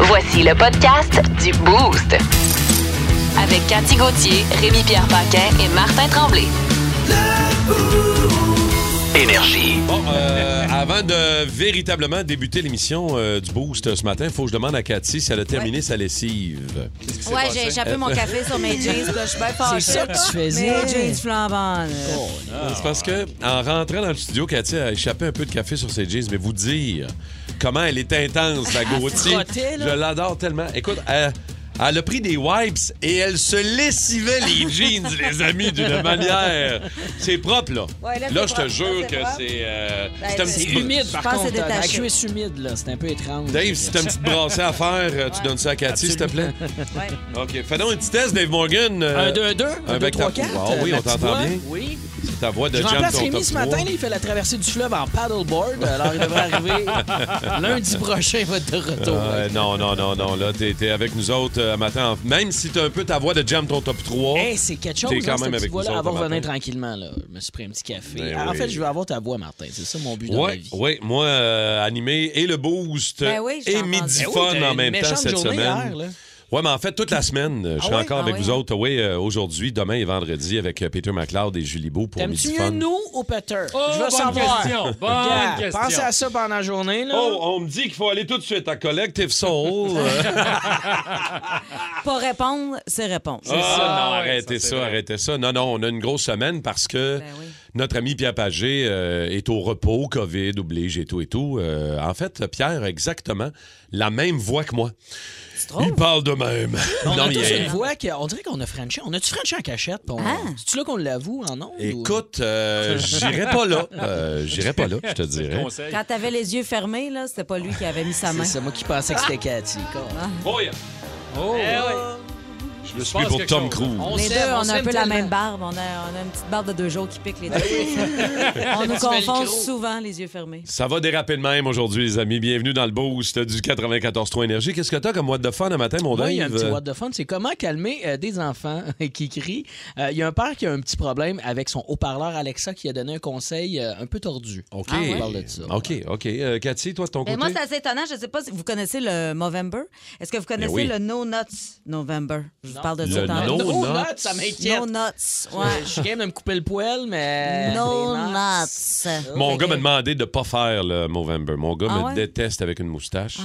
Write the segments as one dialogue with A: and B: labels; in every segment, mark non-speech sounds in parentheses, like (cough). A: Voici le podcast du Boost. Avec Cathy Gauthier, Rémi-Pierre Paquin et Martin Tremblay.
B: Énergie. Bon, euh, avant de véritablement débuter l'émission euh, du Boost ce matin, il faut que je demande à Cathy si elle a terminé sa lessive.
C: Ouais, j'ai échappé mon café sur mes jeans. là, Je suis bien
D: (laughs)
C: fâchée.
D: C'est ça que tu faisais.
C: Mes jeans flambants. là.
B: (laughs) C'est parce que en rentrant dans le studio, Cathy a échappé un peu de café sur ses jeans, mais vous dire comment elle est intense,
C: (laughs)
B: la Gauthier.
D: frottait, là.
B: Je l'adore tellement. Écoute, elle, elle a pris des wipes et elle se lessivait
C: (laughs)
B: les jeans, les amis, d'une manière. C'est propre, là.
C: Ouais, là,
B: là, je
C: c'est
B: te
C: propre, là,
B: jure
C: c'est
B: que
C: propre.
B: c'est. euh,
C: Ben,
B: c'est un
C: c'est
D: C'est
B: petit peu-
D: humide, par
C: Je pense que
D: contre.
C: c'est
D: La
C: détaché.
D: queue est humide, là. C'est un peu étrange.
B: Dave, si t'as une petite brassée à faire, euh, tu donnes ça à Cathy, s'il te plaît.
C: (laughs) Ouais.
B: OK. Fais donc un petit test, Dave Morgan. euh,
D: Un 2-2, un
B: un
D: 2
B: bec
D: 3
B: ta-
D: 4
B: Ah oui, on t'entend bien.
D: Oui.
B: Ta voix de
D: Je
B: jam
D: remplace
B: ton top
D: Rémi ce matin,
B: trois.
D: là, il fait la traversée du fleuve en paddleboard. Alors, il devrait
B: (laughs)
D: arriver lundi prochain, il va être de retour.
B: Euh, non, non, non, non. Là, t'es t'es avec nous autres euh, matin. Même si t'as un peu ta voix de jam ton top 3.
D: Hey, c'est quelque chose,
B: T'es
D: hein,
B: quand même
D: cette
B: avec
D: petite
B: nous
D: voix-là. Elle
B: autres
D: va
B: le
D: revenir
B: matin.
D: tranquillement, là. Je me suis pris un petit café. Ah,
B: Ben
D: en
B: oui.
D: fait, je veux avoir ta voix, Martin. C'est ça mon but dans la
B: Oui,
D: vie.
B: oui, moi, euh, animé et le boost
C: Ben oui, je
B: et
C: l'ai entendu.
D: Ben oui,
B: midifone
D: t'as
B: en
D: une
B: même temps
D: méchante
B: cette
D: journée
B: semaine.
D: hier, là.
B: Oui, mais en fait, toute la semaine, euh, je suis
D: Ah ouais?
B: encore
C: Ah
B: avec
C: ouais.
B: vous autres. Oui, euh, aujourd'hui, demain et vendredi avec euh, Peter McLeod et Julie Beau pour
D: T'aimes-tu mieux
B: midifone.
D: nous ou Peter?
E: Oh,
D: je veux
E: bonne
D: savoir.
E: question. Bonne
D: Gars,
E: question.
D: Pensez à ça pendant la journée, là.
B: Oh, on me dit qu'il faut aller tout de suite à Collective Soul.
C: Pas répondre, c'est répondre.
B: Ah, non,
E: ouais,
B: arrêtez
E: ça,
B: ça,
E: c'est vrai.
B: arrêtez ça. Non, non, on a une grosse semaine parce que
C: Ben oui.
B: notre ami Pierre Pagé euh, est au repos, COVID, oblige et tout et tout. Euh, en fait, Pierre a exactement la même voix que moi. Il parle de même.
D: On
B: Non,
D: a
B: mais
D: tous
B: il-
D: une voix qu'on dirait qu'on a franchi. On a-tu franchi en cachette? puis on-
C: Ah.
D: C'est-tu là qu'on l'avoue en ondes? ou-
B: Écoute, euh, j'irai pas (laughs) là. Euh, j'irai pas là, je te dirais.
E: Conseil.
C: Quand t'avais les yeux fermés, là, c'était pas lui qui avait mis sa main. Ah.
D: C'est ça, moi qui pensais que c'était Cathy. quoi. Eh
E: Oh,
B: Je me suis pris pour Tom Cruise.
D: On
C: Les deux,
D: s'aime,
C: on a un
D: s'aime
C: peu la
D: tellement.
C: même barbe. On a, on a une petite barbe de deux jours qui pique les deux. (laughs) on nous
D: Tu fais le
C: confond
D: gros.
C: souvent les yeux fermés.
B: Ça va déraper de même aujourd'hui, les amis. Bienvenue dans le boost du 94.3 Énergie. Qu'est-ce que t'as comme what de fun le matin, mon
D: Oui, il y a un
B: Dave? euh,
D: petit what the fun. C'est comment calmer euh, des enfants (laughs) qui crient. Euh, Il y a un père qui a un petit problème avec son haut-parleur Alexa qui a donné un conseil euh, un peu tordu.
B: OK.
D: Ah ouais? On parle de ça.
B: OK, OK. Euh, Cathy, toi, de ton côté?
C: Mais Ben, moi, c'est assez étonnant. Je ne sais pas si vous connaissez le Movember. Est-ce que vous connaissez
B: oui.
C: le No Nuts November? Je vous parle de
B: Le
C: ça tantôt.
B: No
D: Oh,
B: nuts. (laughs)
D: nuts, ça m'inquiète.
C: No Nuts.
D: Euh, Je
C: Ouais.
D: suis game de me couper le poil, mais. Oh.
C: No
D: Les
C: Nuts.
B: Mon
C: Fait
B: gars
C: que-
B: m'a demandé de pas faire le Movember. Mon gars
C: hein. Ah
B: me
C: ouais?
B: déteste avec une moustache.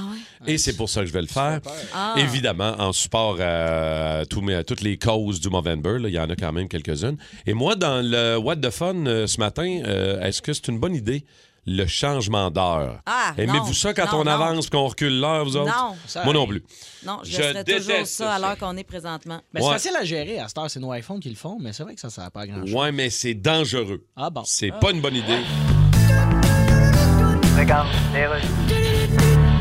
B: Et c'est pour ça que je vais le faire.
C: Ah.
B: Évidemment, en support à, tous mes- à toutes les causes du Movember, là, il y en a quand même quelques-unes. Et moi, dans le What the Fun euh, ce matin, euh, est-ce que c'est une bonne idée? Le changement d'heure.
C: Ah, non,
B: Aimez-vous ça quand
C: non,
B: on
C: non.
B: avance et qu'on recule l'heure, vous autres?
C: Non.
D: Ça
B: Moi non
D: arrive.
B: plus.
C: Non, je,
B: Je
C: laisserais toujours
B: déteste ça.
C: ça
B: Ben,
C: à l'heure qu'on est présentement.
D: Mais c'est
B: Ouais.
D: facile à gérer à cette heure, c'est nos iPhones qui le font, mais c'est vrai que ça, ça sert pas à grand chose.
B: Ouais, mais c'est dangereux.
D: Ah bon. Ah.
B: C'est pas une bonne idée.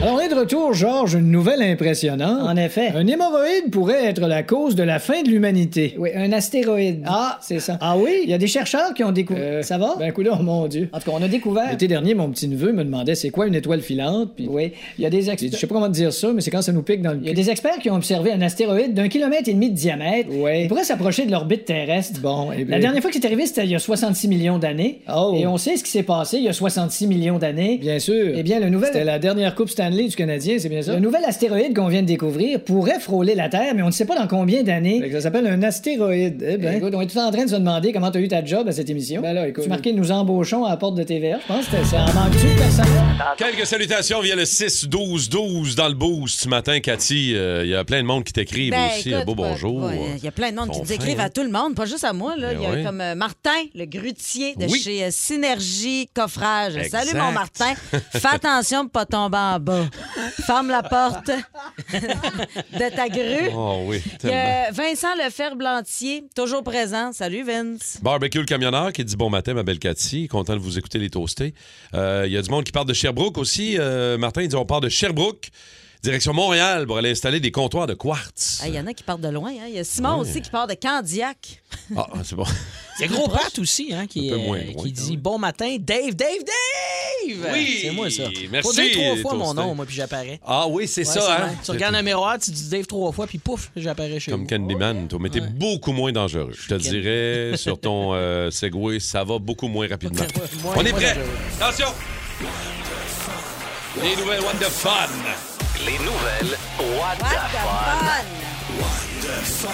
F: Alors, on est de retour, Georges, une nouvelle impressionnante.
G: En effet.
F: Un hémorroïde pourrait être la cause de la fin de l'humanité.
G: Oui, un astéroïde.
F: Ah!
G: c'est ça.
F: Ah oui?
G: Il y a des chercheurs qui ont découvert.
F: Euh,
G: ça va?
F: Ben, coudonc, mon Dieu.
G: En tout cas, on a découvert.
F: L'été dernier, mon petit-neveu me demandait c'est quoi une étoile filante, puis...
G: Oui, il y a des
F: J'ai dit, Je
G: experts.
F: sais pas comment te dire ça, mais c'est quand ça nous pique dans le
G: Il y a
F: cul.
G: des experts qui ont observé un astéroïde d'un kilomètre et demi de diamètre.
F: Ouais.
G: Il pourrait s'approcher de l'orbite terrestre.
F: Bon, eh bien-
G: La dernière fois que c'est arrivé, c'était il y a 66 millions d'années.
F: Oh.
G: Et on sait ce qui s'est passé il y a 66 millions d'années.
F: Bien sûr.
G: Eh bien, le nouvel-
F: C'était la dernière Coupe Stanley du Canadien, c'est bien ça?
G: Le nouvel astéroïde qu'on vient de découvrir pourrait frôler la Terre, mais on ne sait pas dans combien d'années.
F: Fait que Ben, Ça s'appelle un astéroïde. Eh ben.
G: Écoute, on est tous en train de se demander comment t'as eu ta job à cette émission.
F: Ben là, écoute.
G: Tu marquais nous embauchons à la porte de TVA. Je pense que c'était- ça en manque-tu de personne?
B: Quelques salutations via le 6-12-12 dans le boost ce matin, Cathy. Euh, Il y a plein de monde qui t'écrivent
C: Ben,
B: aussi.
C: écoute,
B: Un beau
C: pas-
B: bonjour.
C: pas- Il y a plein de monde
B: Bon
C: qui
B: fin,
C: décrivent
B: hein.
C: à tout le monde, pas juste à moi. Là.
B: Ben
C: Il y a
B: ouais.
C: comme euh, Martin, le grutier de
B: Oui.
C: chez euh, Synergie Coffrage.
B: Exact.
C: Salut, mon
B: (laughs)
C: Martin. Fais attention de pas tomber en bas. Ferme la
B: (laughs)
C: porte de ta grue.
B: Oh oui,
C: Il y
B: tellement.
C: a Vincent Lefer-Blantier, toujours présent. Salut, Vince.
B: Barbecue le camionneur qui dit bon matin, ma belle Cathy. Content de vous écouter les toastés. Euh, Il y a du monde qui parle de Sherbrooke aussi. Euh, Martin, il dit on parle de Sherbrooke. direction Montréal pour aller installer des comptoirs de quartz.
C: Ah, Il y en a qui partent de loin. hein. Il y a Simon
B: Ouais.
C: aussi qui part de Candiac.
B: Ah, c'est bon.
D: C'est gros Pat aussi, hein, (laughs) qui,
B: Un peu
D: euh,
B: moins
D: qui
B: loin.
D: dit bon matin, Dave, Dave, Dave!
B: Oui,
D: c'est moi ça.
B: merci,
D: Faut dire trois fois mon
B: Toasté.
D: nom, moi, puis j'apparais.
B: Ah oui, c'est
D: Ouais, c'est
B: ça, hein?
D: vrai. Tu regardes un miroir, tu dis Dave trois fois, puis pouf, j'apparais chez
B: Comme
D: vous.
B: Candyman, toi, mais t'es beaucoup moins dangereux. Je te
D: Candy-
B: dirais, sur ton euh, Segway, ça va beaucoup moins
D: (laughs)
B: rapidement.
D: Moins-
B: On est
D: moins
B: prêt!
D: dangereux.
B: Attention! Les nouvelles What the Fun!
H: Les nouvelles. What,
C: What the
H: the
C: Ah,
H: fuck?
C: fun?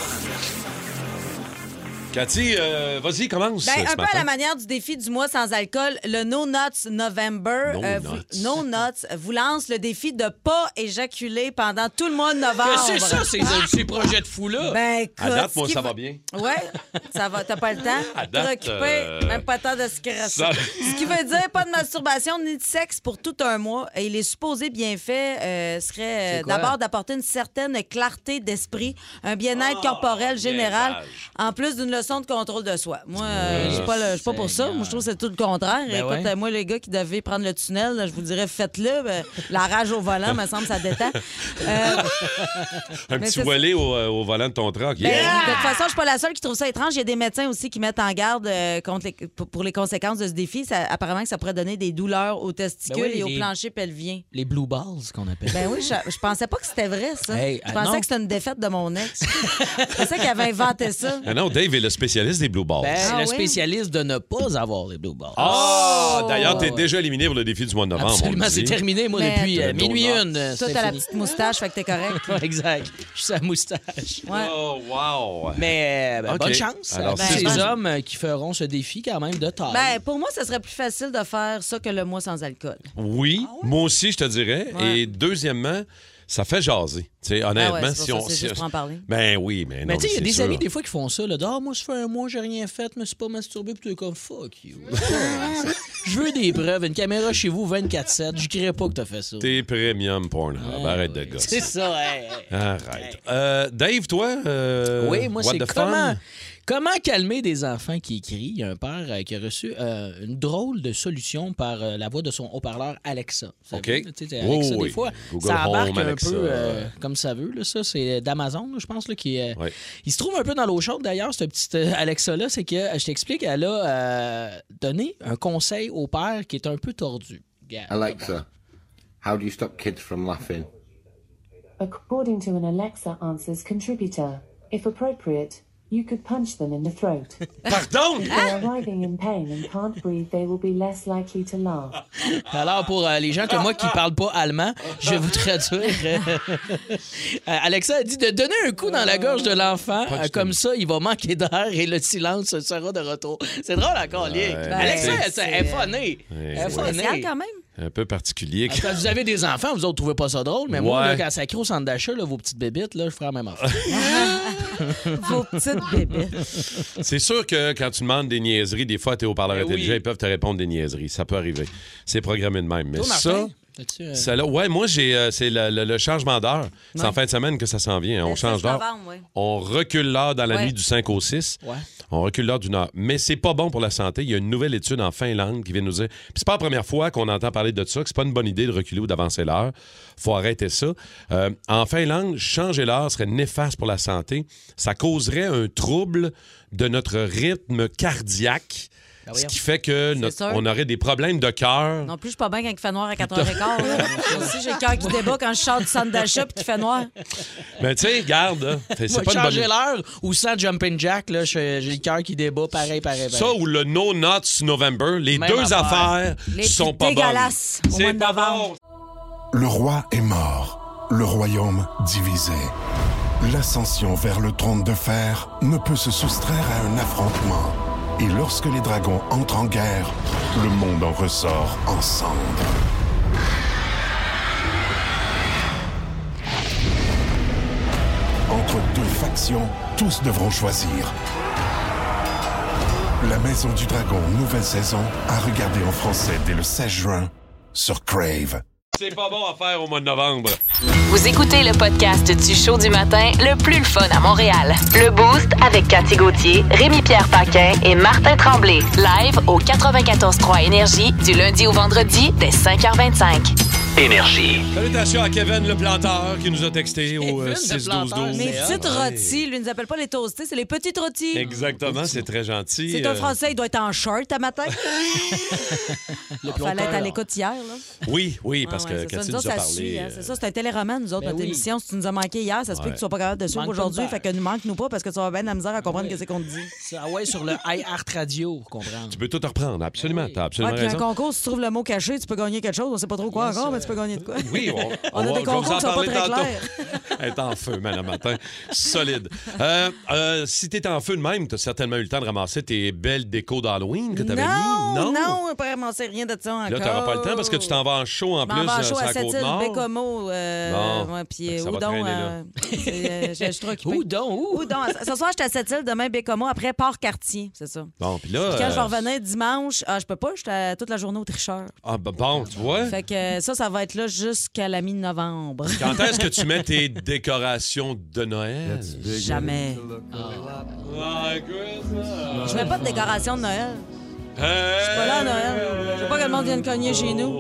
B: Cathy, euh, vas-y, commence.
C: Ben,
B: ce
C: un peu à
B: matin.
C: la manière du défi du mois sans alcool, le No Nuts November. euh,
B: No
C: vous-
B: Nuts.
C: no Nuts vous lance le défi de pas éjaculer pendant tout le mois de novembre. Ah!
D: Que c'est ça, ces, ces projets de fous-là?
C: Ben, écoute,
B: À date,
C: ce
B: moi,
C: qui
B: ça
C: va-
B: va bien.
C: Ouais, ça va. T'as pas le temps.
B: À
C: T'es
B: date,
C: occupé,
B: euh,
C: même pas le temps de se crasser.
B: ça-
C: Ce qui veut dire pas de masturbation ni de sexe pour tout un mois. Et les supposés bienfaits euh, seraient euh,
D: C'est quoi?
C: d'abord d'apporter une certaine clarté d'esprit, un
B: Ah,
C: bien-être corporel général,
B: bienage.
C: en plus d'une leçon de contrôle de soi. Moi, euh, je suis pas, le- je suis pas pour ça.
D: Seigneur.
C: Moi, je trouve que c'est tout le contraire.
D: Ben
C: Écoute,
D: ouais.
C: euh, moi, les gars qui devaient prendre le tunnel, là, je vous dirais, faites-le. Ben, la rage
B: (laughs)
C: au volant, me semble, ça détend. Euh,
B: Un
C: Mais
B: petit
C: c'est-
B: voilé au, euh, au volant de ton truck.
C: ben,
B: Yeah!
C: De toute façon, je suis pas la seule qui trouve ça étrange. Il y a des médecins aussi qui mettent en garde euh, contre les- pour pour les conséquences de ce défi. Ça- apparemment que ça pourrait donner des douleurs aux testicules
D: Ben oui,
C: et au
D: les-
C: plancher pelvien.
D: Les blue balls qu'on appelle.
C: Ben oui, je, je pensais pas que c'était vrai, ça.
D: Hey, ah,
C: je pensais
D: non.
C: que c'était une défaite de mon ex. je pensais qu'il avait inventé ça.
B: Ah non, Dave est le spécialiste des Blue Balls.
D: Ben,
C: Ah
D: le
C: oui.
D: spécialiste de ne pas avoir les blue balls.
B: Ah!
C: Oh!
B: D'ailleurs, t'es
D: ouais.
B: déjà éliminé pour le défi du mois de novembre. on
D: Absolument,
B: le dit.
D: Ah, c'est terminé, moi,
C: Mais-
D: depuis euh,
B: Le
D: minuit
B: donut.
D: une. euh,
C: Toi,
D: c'est
C: t'as la
D: fini.
C: petite moustache, fait que t'es correct.
D: (laughs) Ouais, exact. Je suis sa moustache.
C: Ouais.
B: Oh, wow!
D: Mais euh, ben,
B: Ok.
D: bonne chance
B: Alors,
D: à tous
C: c'est
D: ces
C: ça.
D: hommes euh, qui feront ce défi quand même de taille.
C: Ben, pour moi, ça serait plus facile de faire ça que le mois sans alcool.
B: Oui, moi aussi, je te dirais.
C: Ah Ouais.
B: Et deuxièmement, ça fait jaser. Tu sais,
C: Ah
B: honnêtement,
C: ouais, c'est pour
B: si
C: ça,
B: on.
C: c'est
B: si-
C: juste pour en parler.
B: Ben oui, mais non.
D: mais tu sais, il y a
B: c'est
D: des
B: sûr.
D: amis des fois qui font ça, là, de, Ah, moi, ça fait un mois, j'ai rien fait, me suis pas masturbé, puis tu es comme fuck you.
C: Ah,
D: Je veux des preuves, une caméra chez vous 24-7, je crierai pas que t'as fait ça.
B: T'es premium porn. Arrête de
D: C'est
B: gosser.
D: ça, hey, hey.
B: (laughs) Arrête. Euh, Dave, toi? euh,
D: Oui, moi,
B: what
D: c'est
B: the fun?
D: comment, comment calmer des enfants qui écrivent. Il y a un père euh, qui a reçu euh, une drôle de solution par euh, la voix de son haut-parleur Alexa. Vous
B: OK.
D: savez, là, tu sais,
B: Oh,
D: Alexa,
B: oui.
D: des fois,
B: Google
D: ça embarque
B: Home,
D: un
B: Alexa.
D: peu euh, comme ça veut. Là, ça, c'est d'Amazon, là, je pense, là, qui euh,
B: Ouais.
D: il se trouve un peu dans l'eau chaude, d'ailleurs, cette petite euh, Alexa-là. C'est que, euh, je t'explique, elle a euh, donné un conseil au père qui est un peu tordu. Regarde.
I: Alexa, how do you stop kids from laughing?
J: According to an Alexa Answers contributor, if appropriate, you could punch them in the throat.
B: Pardon?
J: If they're writhing in pain and can't breathe, they will be less likely to laugh.
D: Alors, pour euh, les gens comme moi qui parlent pas allemand, je vais vous traduire. Euh, (laughs) Alexa a dit de donner un coup dans la gorge de l'enfant. euh, comme ça, il va manquer d'air et le silence sera de retour. C'est drôle encore, lien. Ben,
B: Ben,
D: Alexa,
C: c'est-
D: elle, elle, elle est
C: c'est-
D: funnée. Elle est
C: Spécial
D: funnée.
C: quand même.
B: Un peu particulier.
D: Quand vous avez des enfants, vous autres trouvez pas ça drôle, mais moi,
B: Ouais.
D: là, quand ça crie au centre d'achat, là, vos petites bébites, là, je ferai la même affaire.
C: (laughs) Vos petites bébés.
B: (laughs) C'est sûr que quand tu demandes des niaiseries, des fois, tes haut-parleurs
D: Ben oui.
B: intelligents, ils peuvent te répondre des niaiseries. Ça peut arriver. C'est programmé de même. Mais
D: Toi,
B: ça,
D: Martin, t'as-tu, euh,
B: ça là, ouais, moi, j'ai, euh, c'est le, le- le changement d'heure. C'est en fin de semaine que ça s'en vient. On
C: Le
B: change
C: 16
B: d'heure.
C: novembre, ouais.
B: On recule l'heure dans la
C: Ouais.
B: nuit du 5 au 6.
D: Ouais.
B: On recule l'heure d'une heure. Mais c'est pas bon pour la santé. Il y a une nouvelle étude en Finlande qui vient nous dire. Puis c'est pas la première fois qu'on entend parler de ça, que c'est pas une bonne idée de reculer ou d'avancer l'heure. Faut arrêter ça. Euh, en Finlande, changer l'heure serait néfaste pour la santé. Ça causerait un trouble de notre rythme cardiaque. ce
D: voyons.
B: qui fait que notre-
C: Ben sûr.
B: on aurait des problèmes de cœur.
C: Non plus, je suis pas bien quand il fait noir
B: (laughs)
C: à 4h15. là. Moi aussi, j'ai le cœur qui débat quand je sors du centre d'achat et qu'il fait noir.
B: Mais Ben, tu sais, regarde,
C: (laughs)
B: là, c'est c'est
D: Moi,
B: pas une bonne
D: changer l'heure ou sans jumping jack, là, je- j'ai le cœur qui débat, pareil,
C: eh
D: pareil, pareil.
C: ben.
B: Ça ou le No Nuts November, les
D: Même
B: deux affaires
D: affaire.
C: Les
B: sont
C: petites
B: pas
C: dégueulasses
B: bonnes.
C: au mois de
B: pas
C: novembre.
B: bon.
K: Le roi est mort, le royaume divisé. L'ascension vers le trône de fer ne peut se soustraire à un affrontement. Et lorsque les dragons entrent en guerre, le monde en ressort ensemble. Entre deux factions, tous devront choisir. La Maison du Dragon, nouvelle saison, à regarder en français dès le 16 juin sur Crave.
B: C'est pas bon à faire au mois de novembre.
A: Vous écoutez le podcast du show du matin le plus le fun à Montréal. Le Boost avec Cathy Gauthier, Rémi-Pierre Paquin et Martin Tremblay. Live au 94.3 Énergie du lundi au vendredi dès 5h25.
H: Énergie.
B: Salutations à Kevin le planteur qui nous a texté au euh,
C: Kevin le
B: 6 12
C: planteur,
B: 12
C: Mes petites
B: ah,
C: rôties, lui, ils nous appelle pas les toastés, c'est les petites rôties.
B: Exactement, c'est très gentil.
C: C'est un
B: Euh,
C: Français, il doit être en short à matin.
B: (laughs) Le
C: Il fallait être à
B: planteur.
C: l'écoute hier. Là.
B: Oui, oui, parce
C: Ah
B: que
C: ouais, c'est ça.
B: Cathy
C: Nous
B: nous
C: autres,
B: a
C: ça
B: parlé.
C: suit, hein.
B: euh,
C: C'est ça, c'est un téléroman, nous autres,
B: Ben
C: notre
B: oui.
C: émission. Si tu nous as manqué hier, ça se peut
B: Ouais.
C: que tu sois pas capable de suivre
D: Manque
C: aujourd'hui.
D: pas de
C: Fait que nous manque nous pas parce que tu vas bien de la misère à comprendre ce qu'on te dit.
D: Ah ouais, sur
C: (laughs)
D: le iHeart Radio, comprendre.
B: Tu peux tout reprendre, absolument. T'as
C: Ouais,
B: absolument
C: puis un
B: raison.
C: concours, si tu trouves le mot caché, tu peux gagner quelque chose. On sait pas trop quoi encore, mais tu peux gagner de quoi.
B: (laughs) Oui,
C: (laughs)
B: on,
C: a
B: va- je vais
C: des
B: vous
C: concours
B: en
C: qui sont pas
B: parler
C: très
B: tantôt.
C: clairs.
B: (laughs) Elle est en feu, madame Martin. Solide. Euh, euh, si t'es en feu de même, t'as certainement eu le temps de ramasser tes belles décos d'Halloween que t'avais mis.
C: Non, non, pas vraiment, c'est rien de ça encore.
B: Là, t'auras pas le temps parce que tu t'en vas en show en
C: Je m'en
B: plus.
C: vais en
B: euh,
C: show
B: sur
C: à
B: la
C: cette île,
B: Côte-Nord.
C: Bécomo. euh,
B: Bon.
C: ouais, Puis
B: Fait que ça
C: euh,
B: va
C: Oudon.
B: traîner, là.
C: euh, (laughs) c'est, euh, Je je suis trop occupée.
D: Oudon, où?
C: Oudon. Ce soir, j'étais à cette île, demain, Bécomo, après Port-Cartier, c'est ça.
B: Bon, puis là.
C: Puis Quand je vais
B: euh,
C: revenir dimanche, ah, je peux pas, j'étais à- toute la journée au tricheur.
B: ah, ben, bon, tu vois.
C: Fait que euh, ça, ça va être là jusqu'à la mi-novembre.
B: Quand est-ce que
C: (laughs)
B: tu mets tes décorations de Noël?
C: Jamais.
B: Ah.
C: Je mets pas de décoration de Noël. Je suis pas là à Noël. Je veux pas que le monde vienne cogner chez nous.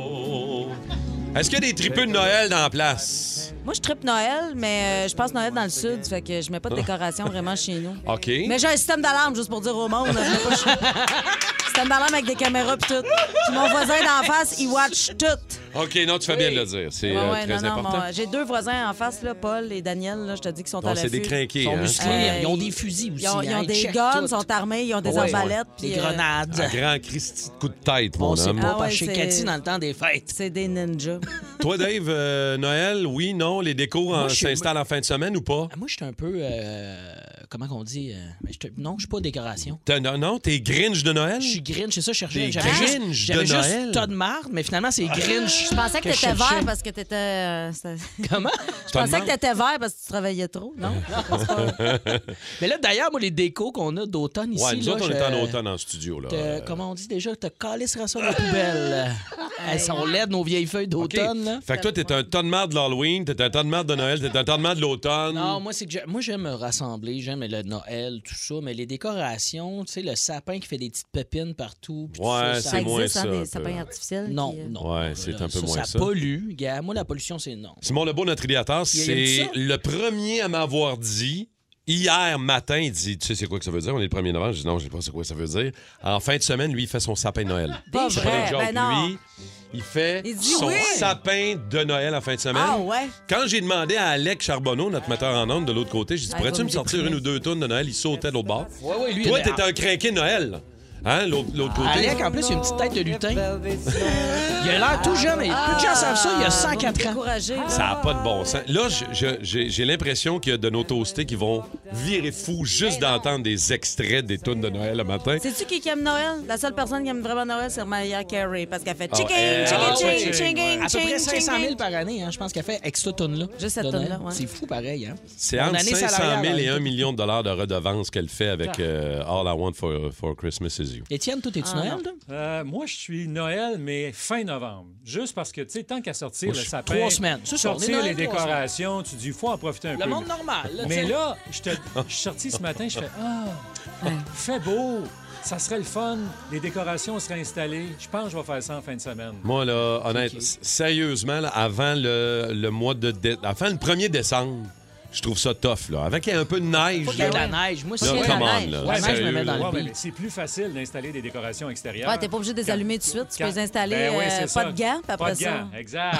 B: Euh, Est-ce qu'il y a des tripeux de Noël dans la place?
C: Moi, je tripe Noël, mais euh, je passe Noël dans le sud, fait que je mets pas
B: Ah.
C: de décoration vraiment chez nous.
B: OK.
C: Mais j'ai un système d'alarme juste pour dire au monde. là, je mets
B: (laughs)
C: pas chez- système d'alarme avec des caméras pis tout. Puis mon voisin d'en face, il watch tout.
B: OK, non, tu fais bien de le dire. C'est
C: Ouais,
B: euh,
C: ouais,
B: très
C: non, non,
B: important.
C: mon- J'ai deux voisins en face, là, Paul et Daniel, là, je te dis qu'ils sont
B: Donc,
C: à
B: c'est des
C: l'affût.
B: crinqués,
D: Ils sont
B: hein?
D: musclés,
B: Ouais.
D: ils ont des fusils aussi.
C: Euh, Ils ont, ils
D: hein,
C: ont des
D: checkent
C: guns,
D: tout.
C: ils sont armés, ils ont des
D: Ouais, ouais.
C: arbalètes. puis,
D: Des
C: euh,
D: grenades.
B: Un grand Christi de coup de tête, mon
D: On sait
B: homme.
D: pas,
C: Ah
D: parce
C: ouais,
D: que chez
C: c'est-
D: Cathy, dans le temps des fêtes.
C: C'est des ninjas.
B: Toi, Dave, euh, Noël, oui, non, les décos en-
D: je suis- Ah,
B: s'installent en fin de semaine ou pas?
D: Moi, j'étais un peu. euh, comment qu'on dit euh, ben, j'étais- Non, je suis pas décoration.
B: T'as- non, non, t'es Grinch de Noël?
D: Je suis Grinch, c'est ça, je cherchais.
B: Des
D: J'avais juste-
B: Grinch de
D: J'avais
B: Noël. Ah.
D: juste tas de marde, mais finalement, c'est Grinch.
C: Je pensais que,
D: je
C: t'étais
D: cherchais.
C: vert parce que t'étais. euh, c'était-
D: (laughs) Comment?
C: je pensais que t'étais vert parce que tu travaillais trop,
B: (laughs)
C: non?
D: Mais là, d'ailleurs, moi, les décos qu'on a d'automne ici.
B: Ouais, nous
D: là,
B: autres, on
D: je-
B: est en automne en studio, là.
D: te- comment on dit déjà? T'as calé ce rassaut dans la
C: (laughs)
D: poubelle. Elles sont laides, nos vieilles feuilles
B: OK.
D: d'automne. là.
B: Fait que toi, t'es un ton de marde de l'Halloween, t'es un ton de marde de Noël, t'es un ton de marde de l'automne.
D: Non, moi, c'est que j'ai- moi, j'aime me rassembler, j'aime le Noël, tout ça, mais les décorations, tu sais, le sapin qui fait des petites pépines partout. puis tout
B: Ouais,
D: ça,
B: c'est
D: ça-
B: moins ça, euh. un
C: hein, des
B: peu.
C: sapins artificiels.
D: Non,
C: qui, euh,
D: non.
B: Ouais, c'est un peu
D: ça,
B: moins ça.
D: Ça pollue. Gars, moi, la pollution, c'est non.
B: Simon Lebeau, notre idéateur,
D: Il aime
B: c'est
D: ça?
B: le premier à m'avoir dit. Hier matin, il dit Tu sais, c'est quoi que ça veut dire On est le 1er novembre. Je dis Non, je sais pas c'est quoi ça veut dire. En fin de semaine, lui, il fait son sapin de Noël.
C: Pas
B: C'est
C: vrai,
B: une joke.
C: ben non.
B: Lui, il fait
C: Il dit
B: son
C: oui.
B: sapin de Noël en fin de semaine.
C: Ah ouais?
B: Quand j'ai demandé à Alec Charbonneau, notre metteur en ondes de l'autre côté, j'ai dit
C: Ah, il
B: Pourrais-tu
C: va
B: me
C: me
B: sortir une
C: déprimer.
B: ou deux tonnes de Noël Il sautait de l'autre bord.
D: Ouais, ouais, Ah lui.
B: Toi,
D: il-
B: t'es un crinqué de Noël. Hein, l'autre l'autre côté.
D: Alec, en plus, il a une petite tête de lutin. il a l'air tout jeune. et
C: Ah!
D: Plus de gens savent ça, il a 104 ans.
C: Découragé. là.
B: Ça n'a pas de bon sens. Là, je- je- j'ai j'ai l'impression qu'il y a de nos toastés qui vont virer fou juste
D: Ben
B: d'entendre des extraits des tunes de Noël le matin.
C: Sais-tu qui qui aime Noël? La seule personne qui aime vraiment Noël, c'est Mariah Carey parce qu'elle fait
B: Ah,
C: chicken,
B: elle-
D: Ah,
C: chicken,
D: ouais,
C: chicken,
D: ouais.
C: chicken,
D: À peu près
C: chicken,
D: 500 000
C: chicken.
D: par année, hein, je pense qu'elle fait avec cette tonne-là.
C: Juste cette tonne-là, ouais.
D: C'est fou pareil. Hein?
B: C'est
D: Mon
B: entre
D: année
B: 500
D: salariale,
B: 000 et
D: hein. Ah.
B: 1 million de dollars de redevances qu'elle fait avec euh, All I Want for, for Christmas Is You.
D: Étienne, toi, t'es-tu Noël, toi?
E: Euh, moi, je suis Noël, mais fin novembre. Juste parce que, tu sais, tant qu'à sortir
B: Moi, je
E: le
B: suis
E: sapin,
D: trois semaines. C'est ça, on est
E: sortir
D: Noël
E: les
D: trois
E: décorations, tu dis, il faut en profiter un
D: Le
E: peu.
D: monde normal. Là,
E: mais
D: tu sais.
E: là, je te- je suis sorti ce matin, je fais, ah, fait beau, ça serait le fun, les décorations seraient installées. Je pense que je vais faire ça en fin de semaine.
B: Moi, là, honnête, s- sérieusement, là, avant le, le mois de... dé- Avant le 1er décembre, je trouve ça tough, là. Avant qu'il y ait un peu de neige,
D: faut qu'il y ait de
B: là.
D: la neige. Moi,
B: Là,
D: c'est
B: come
C: neige.
B: on, là.
D: Ouais, moi, je me mets
B: Sérieux,
D: dans
B: là.
D: le
E: Ouais,
D: beat.
E: mais c'est plus facile d'installer des décorations extérieures.
C: Ouais, t'es pas obligé de les allumer tout de suite. Tu peux
E: Quand-
C: les installer
E: Ben oui,
C: euh,
E: c'est
C: pas
E: ça.
C: de gants, puis
E: Pas
C: après
E: de
C: ça.
E: gants, exact.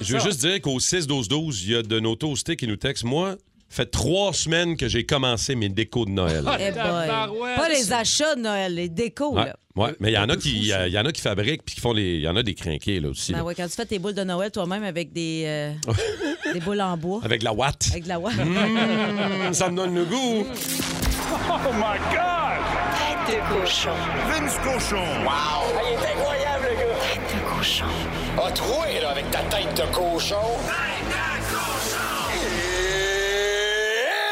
B: Je veux
E: Ça.
B: juste dire qu'au 6-12-12, il y a de nos toastés qui nous textent. Moi, fait trois semaines que j'ai commencé mes décos de Noël.
D: Ah,
C: Eh boy.
E: Tabarouette.
C: Pas les achats de Noël, les décos,
B: Ouais,
C: là.
B: ouais, mais il y en a qui, il y en a qui fabriquent puis qui font les, il y en a des crinqués là aussi.
C: Ben
B: là.
C: ouais, quand tu fais tes boules de Noël toi-même avec des, euh, des boules
D: (laughs)
C: en bois,
B: Avec la watt.
C: avec de la ouate.
B: Mmh, (laughs) ça me donne le goût.
A: Tête de cochon.
K: Oh Vince Cochon.
L: Ah, il est incroyable, le gars! Tête de cochon. Ah, troué, là, avec ta tête de cochon. Tête de cochon!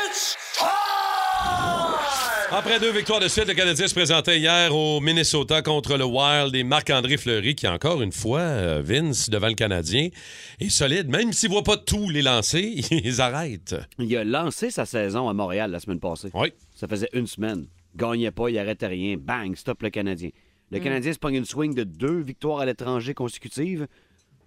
L: It's time!
B: Après deux victoires de suite, le Canadien se présentait hier au Minnesota contre le Wild et Marc-André Fleury qui, encore une fois, euh, Vince devant le Canadien, est solide. Même s'il voit pas tous les lancers, (laughs) ils arrêtent.
M: Il a lancé sa saison à Montréal la semaine passée.
B: Oui.
M: Ça faisait une semaine. Gagnait pas, il arrêtait rien.
C: Mm.
M: Bang, stop le Canadien. Le Canadien se pogne une swing de deux victoires à l'étranger consécutives.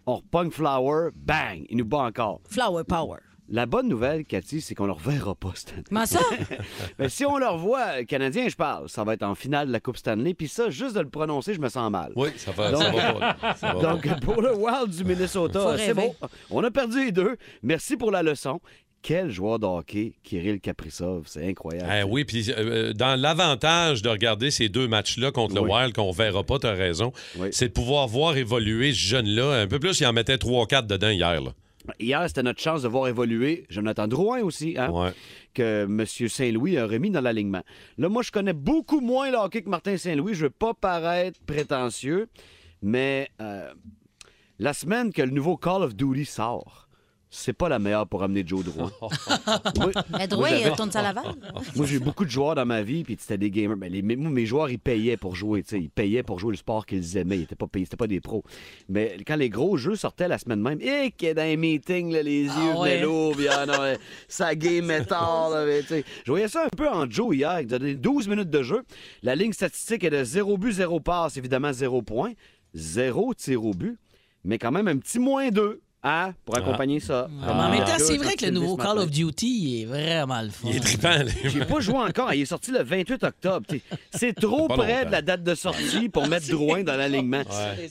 M: on repogne Flower, bang, il nous bat encore.
C: Flower Power.
M: La bonne nouvelle, Cathy, c'est qu'on ne le reverra pas cette année.
C: Comment ça?
M: (laughs) Mais si on le revoit, Canadien, je parle, ça va être en finale de la Coupe Stanley. Puis ça, juste de le prononcer, je me sens mal.
B: Oui, ça va- ça va pas, là. Ça va
M: (laughs) donc,
B: pas.
M: pour le Wild du
B: Faut
M: Minnesota, c'est
B: rêver.
M: bon. On a perdu les deux. Merci pour la leçon. Quel joueur de hockey, Kirill Kaprizov. C'est incroyable.
B: Eh oui, puis euh, dans l'avantage de regarder ces deux matchs-là contre le Wild, qu'on verra pas, t'as raison, c'est de pouvoir voir évoluer ce jeune-là un peu plus. Il en mettait 3-4 dedans hier. Là.
M: Hier, c'était notre chance de voir évoluer Jonathan Drouin aussi, hein, que M. Saint-Louis a remis dans l'alignement. Là, moi, je connais beaucoup moins le hockey que Martin Saint-Louis. Je veux pas paraître prétentieux, mais euh, la semaine que le nouveau Call of Duty sort, c'est pas la meilleure pour amener Joe Drouin.
C: Mais
M: Moi,
C: Drouin, il
M: j'avais-
C: retourne ça à Laval.
M: (laughs) Moi, j'ai eu beaucoup de joueurs dans ma vie, puis c'était des gamers. Mais les, mes, mes joueurs, ils payaient pour jouer. tu sais. Ils payaient pour jouer le sport qu'ils aimaient. Ils étaient pas payés, c'était pas des pros. Mais quand les gros jeux sortaient la semaine même, et que dans les meetings, là,
D: Ah
M: les yeux
L: ouais.
M: venaient lourds, puis
D: (laughs)
M: ah non, ça game metal. là, mais, tu sais. Je voyais ça un peu en Joe hier. Il donnait 12 minutes de jeu. La ligne statistique est de 0 but, 0 passe, évidemment 0 point, 0 tir au but, mais quand même un petit moins 2. Hein, pour accompagner ça. Ah.
D: Mais
B: Ah.
D: en même temps, Ah. c'est vrai que le nouveau Call of Duty il est vraiment le fun.
M: Il est
B: trippant.
M: J'ai pas joué encore. Il est sorti le 28 octobre. T'sais, C'est trop
B: Pas
M: près
B: longtemps.
M: de la date de sortie pour mettre Drouin dans l'alignement.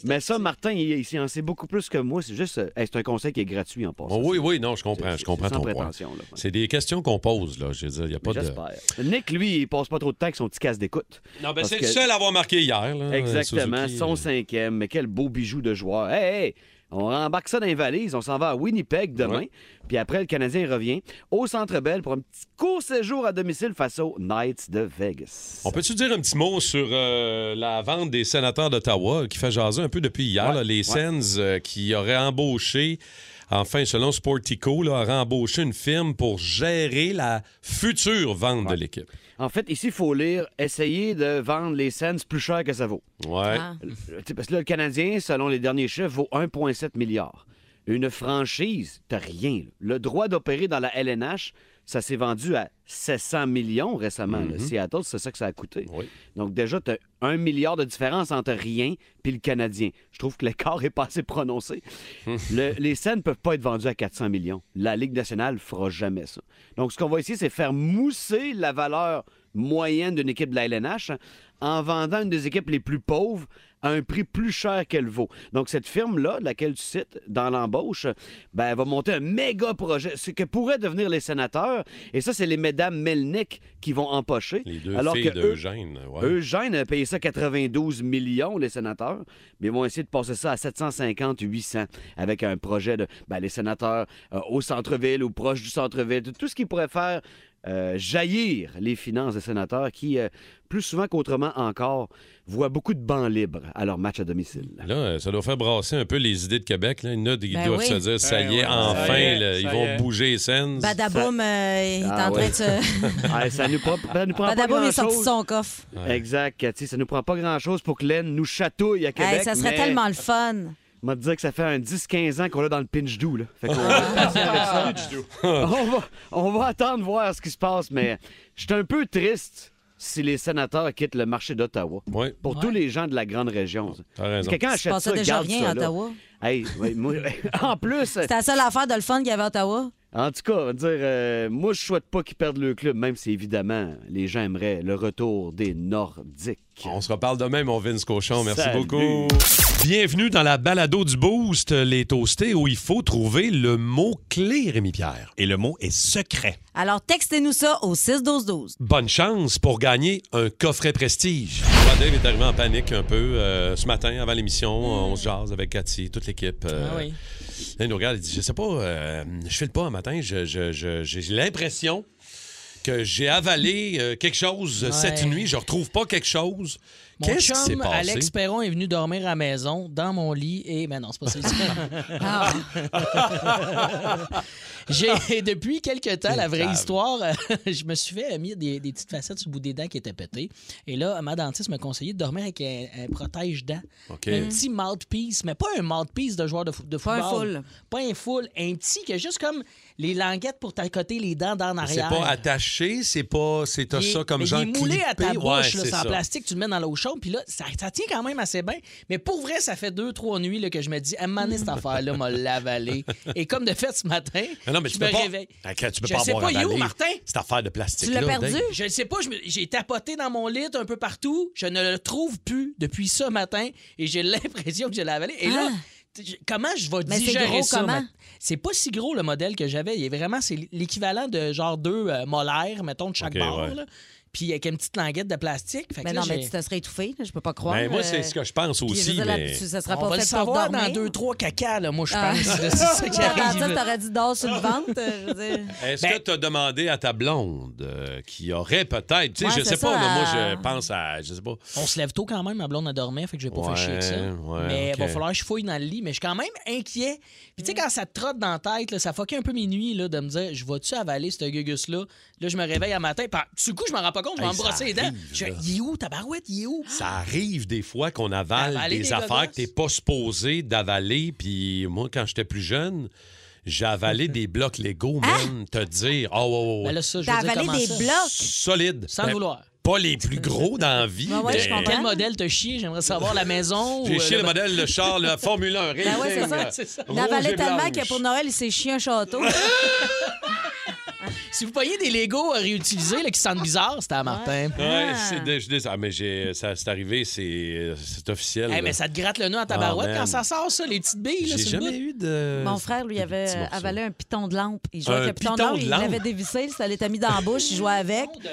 M: Mais ça, Martin, il, il en sait beaucoup plus que moi. C'est juste, euh, hey, c'est un conseil qui est gratuit en passant.
B: Oh, oui, oui, non, je comprends, je comprends
M: c'est sans
B: ton point.
M: prétention, là.
B: C'est des questions qu'on pose, là. Je veux dire, il n'y a pas de...
M: J'espère. Nick, lui, il passe pas trop de temps avec son petit casse d'écoute.
B: Non, ben,
M: Parce
B: c'est
M: que-
B: le seul à avoir marqué hier. Là,
M: Exactement,
B: Suzuki. euh.
M: son cinquième. Mais quel beau bijou de joueur. Hey, hey, on embarque ça dans les valises. On s'en va à Winnipeg demain. Puis après, le Canadien revient au Centre Bell pour un petit court séjour à domicile face aux Knights de Vegas.
B: On peut-tu dire un petit mot sur euh, la vente des sénateurs d'Ottawa qui fait jaser un peu depuis hier? là, les Sens euh, qui auraient embauché, enfin, selon Sportico, là, auraient embauché une firme pour gérer la future vente de l'équipe.
M: En fait, ici, il faut lire essayer de vendre les cents plus cher que ça vaut.
B: Ouais.
L: Ah.
M: Le- t'sais, Euh, Parce que là, le Canadien, selon les derniers chiffres, vaut 1,7 milliard. Une franchise, t'as rien. là. Le droit d'opérer dans la LNH, ça s'est vendu à 700 millions récemment. là. Seattle, c'est ça que ça a coûté. Donc déjà, t'as 1 milliard de différence entre rien puis le Canadien. Je trouve que l'écart est pas assez prononcé. Le- les scènes ne peuvent pas être vendues à 400 millions. La Ligue nationale fera jamais ça. Donc, ce qu'on va essayer, c'est faire mousser la valeur moyenne d'une équipe de la LNH hein, en vendant une des équipes les plus pauvres à un prix plus cher qu'elle vaut. Donc, cette firme-là, de laquelle tu cites, dans l'embauche, ben, elle va monter un méga projet, ce que pourraient devenir les sénateurs. Et ça, c'est les mesdames Melnick qui vont empocher. Les
B: deux filles d'Eugène, ouais.
M: Eugène a payé euh, ça 92 millions, les sénateurs, mais ils vont essayer de passer ça à 750-800 avec un projet de ben, les sénateurs euh, au centre-ville ou proche du centre-ville, tout- tout ce qui pourrait faire euh, jaillir les finances des sénateurs qui, euh, plus souvent qu'autrement encore, voient beaucoup de bancs libres à leur match à domicile.
B: Là, euh, ça doit faire brasser un peu les idées de Québec. Là. Il y en a qui
C: Ben
B: doivent
C: oui.
B: se dire, ça
M: Ben
B: y
M: ouais,
B: est,
M: ça
B: enfin,
M: y est,
B: là,
M: ça
B: ils
M: y
B: vont
M: est.
B: bouger les Sens.
C: Badaboum, euh, il est
M: Ah
C: en train
M: ouais. (laughs)
C: de se.
M: Ah, ça nous prend, ça nous prend pas
C: Badaboum est
M: grand-chose.
C: sorti de son coffre.
M: Exact, Cathy. Ça nous prend pas grand-chose pour que l'Aine nous chatouille à Québec.
C: Hey, ça serait
M: mais-
C: tellement le fun.
M: Je vais te dire que ça fait un 10-15 ans qu'on l'a dans le pinch doux. Là. Fait qu'on-
L: Ah.
M: (laughs) on, va, on va attendre voir ce qui se passe, mais je suis un peu triste si les sénateurs quittent le marché d'Ottawa. Pour tous les gens de la grande région.
B: raison.
M: Quelqu'un
C: Il se
M: achète
C: passait
M: ça,
C: déjà
M: garde
C: rien
M: ça,
C: à
M: là.
C: Ottawa.
M: Hey, ouais, moi- (laughs) en plus,
C: C'était la seule affaire de le fun qu'il y avait à Ottawa.
M: en tout cas, on va dire, euh, moi, je souhaite pas qu'ils perdent le club, même si évidemment, les gens aimeraient le retour des Nordiques.
B: On se reparle demain, mon Vince Cochon. Merci
M: Salut.
B: beaucoup. Bienvenue dans la balado du Boost, les toastés, où il faut trouver le mot-clé, Rémi-Pierre. Et le mot est secret.
C: Alors, textez-nous ça au 6-12-12.
B: Bonne chance pour gagner un coffret prestige. Moi, Dave est arrivé en panique un peu euh, ce matin avant l'émission. On se jase avec Cathy, toute l'équipe. euh,
D: Mm. Ah oui.
B: Là, il nous regarde, il dit Je sais pas, euh, je fais le pas un matin, je- je- je- j'ai l'impression que j'ai avalé euh, quelque chose
D: Ouais.
B: cette nuit, je retrouve pas quelque chose.
D: Mon
B: Qu'est-ce qui s'est
D: chum,
B: passé?
D: Alex Perron est venu dormir à la maison, dans mon lit, et... Mais non, c'est pas ça.
C: Ah.
D: le (laughs) J'ai, depuis quelque temps, la vraie
L: Cave.
D: histoire, euh, (laughs) je me suis fait euh, mis des, des petites facettes sur le bout des dents qui étaient pétées. Et là, ma dentiste me conseillait de dormir avec un, un protège-dents.
B: OK.
D: Un petit mouthpiece, mais pas un mouthpiece de joueur de, fo- de
C: Pas un
D: football.
C: full.
D: Pas un full. Un petit qui a juste comme les languettes pour t'accoter les dents dans
B: C'est
D: l'arrière.
B: pas attaché, c'est pas. C'est t'as
D: Il est-
B: ça comme
D: mais
B: genre.
D: Il est moulé à ta
B: clippé.
D: bouche,
B: Ouais,
D: là,
B: c'est
D: c'est en
B: ça.
D: plastique, tu le mets dans l'eau sombre, puis là, ça, ça tient quand même assez bien. Mais pour vrai, ça fait deux, trois nuits là, que je me dis, à un moment
B: (laughs)
D: donné, cette affaire-là m'a l'avalé. Et comme de fait, ce matin,
B: Mais non, mais
D: je
B: tu
D: me
B: peux pas.
D: réveille.
B: Ah, quand tu peux
D: je
B: pas
D: sais
B: avoir
D: pas, il est où,
B: avalé
D: Martin?
B: Cette affaire de plastique. là, Dave.
D: Je ne sais pas. je me- J'ai tapoté dans mon lit un peu partout. Je ne le trouve plus depuis ce matin et j'ai (laughs) l'impression que je l'ai avalé. Et là, t- je- comment je vais
C: Ah. Mais c'est
D: digérer
C: gros
D: ça?
C: comment?
D: maintenant? C'est pas si gros le modèle que j'avais. Il est vraiment, c'est l'équivalent de genre deux euh, molaires, mettons, de chaque
B: Ok,
D: bord.
B: ouais.
D: là. Puis avec une petite languette de plastique. Fait que
C: Mais
D: là,
C: non, mais
D: j'ai-
C: tu te serais étouffé, là, je peux
D: (laughs)
C: pas croire.
B: Ben, moi, c'est
C: euh,
B: ce que je pense
C: puis je veux
B: aussi.
C: dire, là,
B: mais...
C: tu- ça sera
D: On
C: pas
D: va
C: fait
D: le
C: pour
D: savoir dans
C: dormir.
D: deux, trois cacas, là, moi, je
C: Ah.
D: pense. C'est ça
C: (laughs)
D: qui
C: Dans ça,
D: arrive.
C: t'aurais dit dors
D: Ah.
C: sur le ventre.
D: (laughs)
C: euh, je veux dire.
B: Est-ce
D: Ben
B: que tu as demandé à ta blonde euh, qui aurait peut-être. Tu sais,
D: Ouais,
B: je
D: c'est
B: sais
D: ça,
B: pas, là, moi,
D: euh,
B: je pense à. Je sais pas.
D: On se lève tôt quand même, ma blonde a dormi, fait que je vais pas
B: Ouais,
D: fait chier avec ça.
B: ouais,
D: mais
B: ok.
D: va falloir que je fouille dans le lit, mais je suis quand même inquiet. Puis tu sais, quand ça te trotte dans la tête, là, ça fuckait un peu mes nuits là, de me dire, je vais-tu avaler ce gugus-là? Là, je me réveille à matin, puis du coup, je m'en rends pas compte, je vais
B: Hey,
D: me
B: ça
D: brosser les dents.
B: arrive,
D: Je,
B: là.
D: il est où, ta barouette, il est où?
B: Ça arrive des fois qu'on avale
D: Avaler
B: des
D: des
B: affaires
D: gogosses.
B: que t'es pas supposé d'avaler. Puis moi, quand j'étais plus jeune, j'ai
D: (laughs)
B: avalé des blocs Lego, même, te dire. Oh, oh, oh.
D: Hein? Ben là, ça, je
C: T'as
D: veux dire,
C: avalé
D: comment
C: des
D: ça?
C: blocs.
B: Solide.
D: Sans
B: Ben,
D: vouloir.
B: Pas les plus gros dans la vie.
D: Ben ouais, je
B: mais-
D: comprends. Quel modèle t'as chié? J'aimerais savoir la maison.
B: J'ai
D: ou, euh,
B: chié le modèle, le char, le Formule 1.
C: Ben ouais, c'est ça.
D: C'est ça.
C: Il avalait
B: Rouge et
C: tellement
B: blanche.
C: que pour Noël, il s'est chié un château.
D: Si vous payez des Legos à réutiliser là, qui sentent bizarre, c'était à Martin.
B: Ouais, c'est dé- je suis désolé. Ah, mais j'ai- ça, c'est arrivé, c'est c'est officiel.
D: Hey, Eh, mais
B: là.
D: ça te gratte le nez en tabarouette
B: Ah, man.
D: quand ça sort, ça, les petites billes. là,
B: J'ai
D: sur le
B: jamais
D: bout.
B: eu de.
C: Mon frère, lui, avait
B: petit
C: euh,
B: morceau.
C: avalé un piton de lampe. Il jouait
B: Un
C: avec le piton de
B: piton
C: lampe,
B: de
C: il
B: lampe?
C: l'avait dévissé, il se l'était mis dans la bouche, il jouait avec. Puis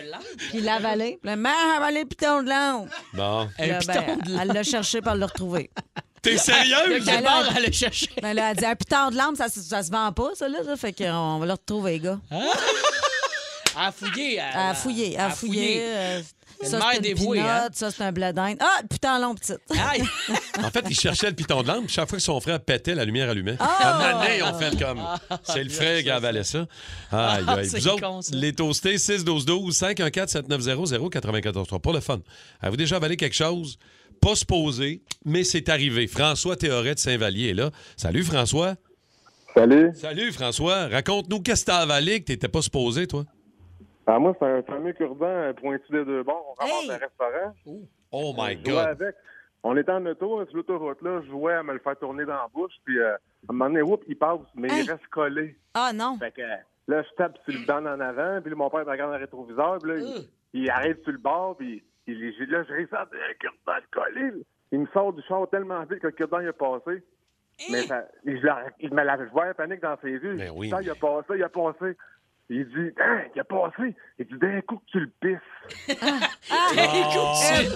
C: il l'a avalé. Puis, Maman, avalé le piton
B: (laughs)
C: de lampe.
B: Bon.
C: Puis là, ben, Elle l'a cherché pour le retrouver.
B: T'es sérieux?
C: De quel bord elle
D: l'a cherché?
C: Ben là, elle a dit un piton de lampe, ça, se- ça se vend pas, ça, là. là. Fait qu'on va le retrouver, les gars.
D: À fouiller.
C: À fouiller, à fouiller. euh,
D: Une
C: Ça,
D: mère
C: c'est une
D: dévouée,
C: pinotte,
D: hein?
C: ça, c'est un bledin. Ah, le piton de lampe, petite. (laughs)
B: En fait, il cherchait le piton de lampe. Chaque fois que son frère pétait, la lumière allumait.
C: Ah!
B: Un moment donné, on fait comme. C'est le frère qui avalait ça. Aïe,
D: Ah,
B: aïe.
D: c'est
B: Vous autres,
D: con, ça.
B: les toastés, 6 12 12 514 7900 94 3 Pour le fun. Avez-vous déjà avalé quelque chose? Pas se poser, mais c'est arrivé. François Théoret de Saint-Vallier est là. Salut, François.
N: Salut.
B: Salut, François. Raconte-nous, qu'est-ce que t'as avalé que t'étais pas supposé, toi?
N: Ah, moi, c'est un fameux cure-dent pointu des deux bords. On rentre dans un restaurant. Euh,
B: Oh my
N: Je jouais
B: God.
N: avec. On était en auto, hein, sur l'autoroute, là. Je jouais à me le faire tourner dans la bouche. Puis, euh, à un moment donné, whoop, il passe, mais il reste collé.
C: Ah, non.
N: Fait que euh, là, je tape sur le banc en avant. Puis là, mon père me regarde dans le rétroviseur. Puis là, il-
B: Euh!
N: il, arrive sur le bord. Puis il, il- là, je Ah, réussis à dire, cure-dent collé. Il me sort du char tellement vite que le cure-dent, il a passé. Mais ça, je, la, je me la je voyais en panique dans ses yeux. Je dis,
B: oui,
N: Putain, il a passé, il a passé. Il dit, hein, il a passé. Il dit, d'un coup que tu le pisses.
C: Ah,
L: Écoute,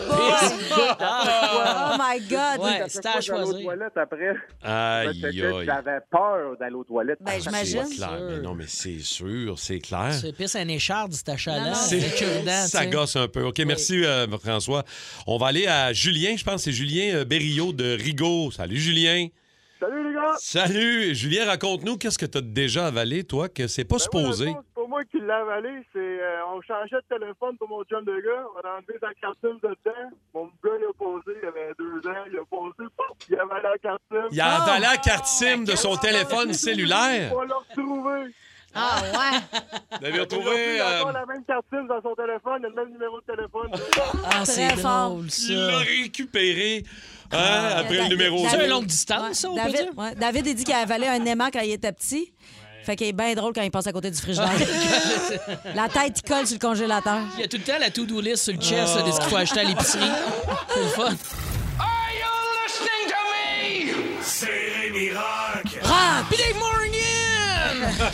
B: Ah,
C: Oh eh, my God.
N: Ça fait quoi d'aller aux toilettes après.
B: Aïe,
N: Parce Ben, que
B: aïe.
N: J'avais peur d'aller aux toilettes.
C: Ben, j'imagine.
B: C'est clair. Mais non, mais c'est sûr, c'est clair. (laughs)
D: Tu pisses un écharde, c'est achalant.
B: Hein? ça gosse un peu. OK, merci, euh, François. On va aller à Julien, je pense. C'est Julien euh, Berriot de Rigaud. Salut, Julien.
O: Salut les gars! Ben
B: Salut. Julien, raconte-nous, qu'est-ce que tu as déjà avalé, toi, que c'est pas supposé?
O: C'est pas Ben, moi qui l'ai avalé, c'est euh, on changeait de téléphone pour mon chum de gars, on a enlevé sa cartouche de dedans, mon gars l'a posé, il avait deux ans, il a posé, pouf, il a avalé la cartouche.
B: Il
C: Oh.
B: a avalé la carte
O: Ah,
B: SIM de son téléphone cellulaire.
O: On va le retrouver.
C: Ah ouais!
B: Vous l'avez
O: Il
B: retrouvé.
O: a
B: euh,
O: encore la même cartouche dans son téléphone, il a le même numéro de téléphone.
D: Ah, c'est
O: Très fort.
D: drôle,
B: Il l'a
D: ça. Ah,
B: récupéré hein, après
C: Da-
B: le numéro.
C: Ah, David-
D: C'est une longue distance, ça, on peut
C: David, ouais. David a dit qu'il avalait un aimant quand il était petit. Fait qu'il est bien drôle quand il passe à côté du frigidaire. la tête il colle sur le congélateur.
D: Il y a tout le temps la to-do list sur le chest là, de ce qu'il faut acheter à (laughs) l'épicerie. C'est le fun.
L: C'est Rémi Rock.
D: Ah, puis Dave Morgan!
K: (laughs)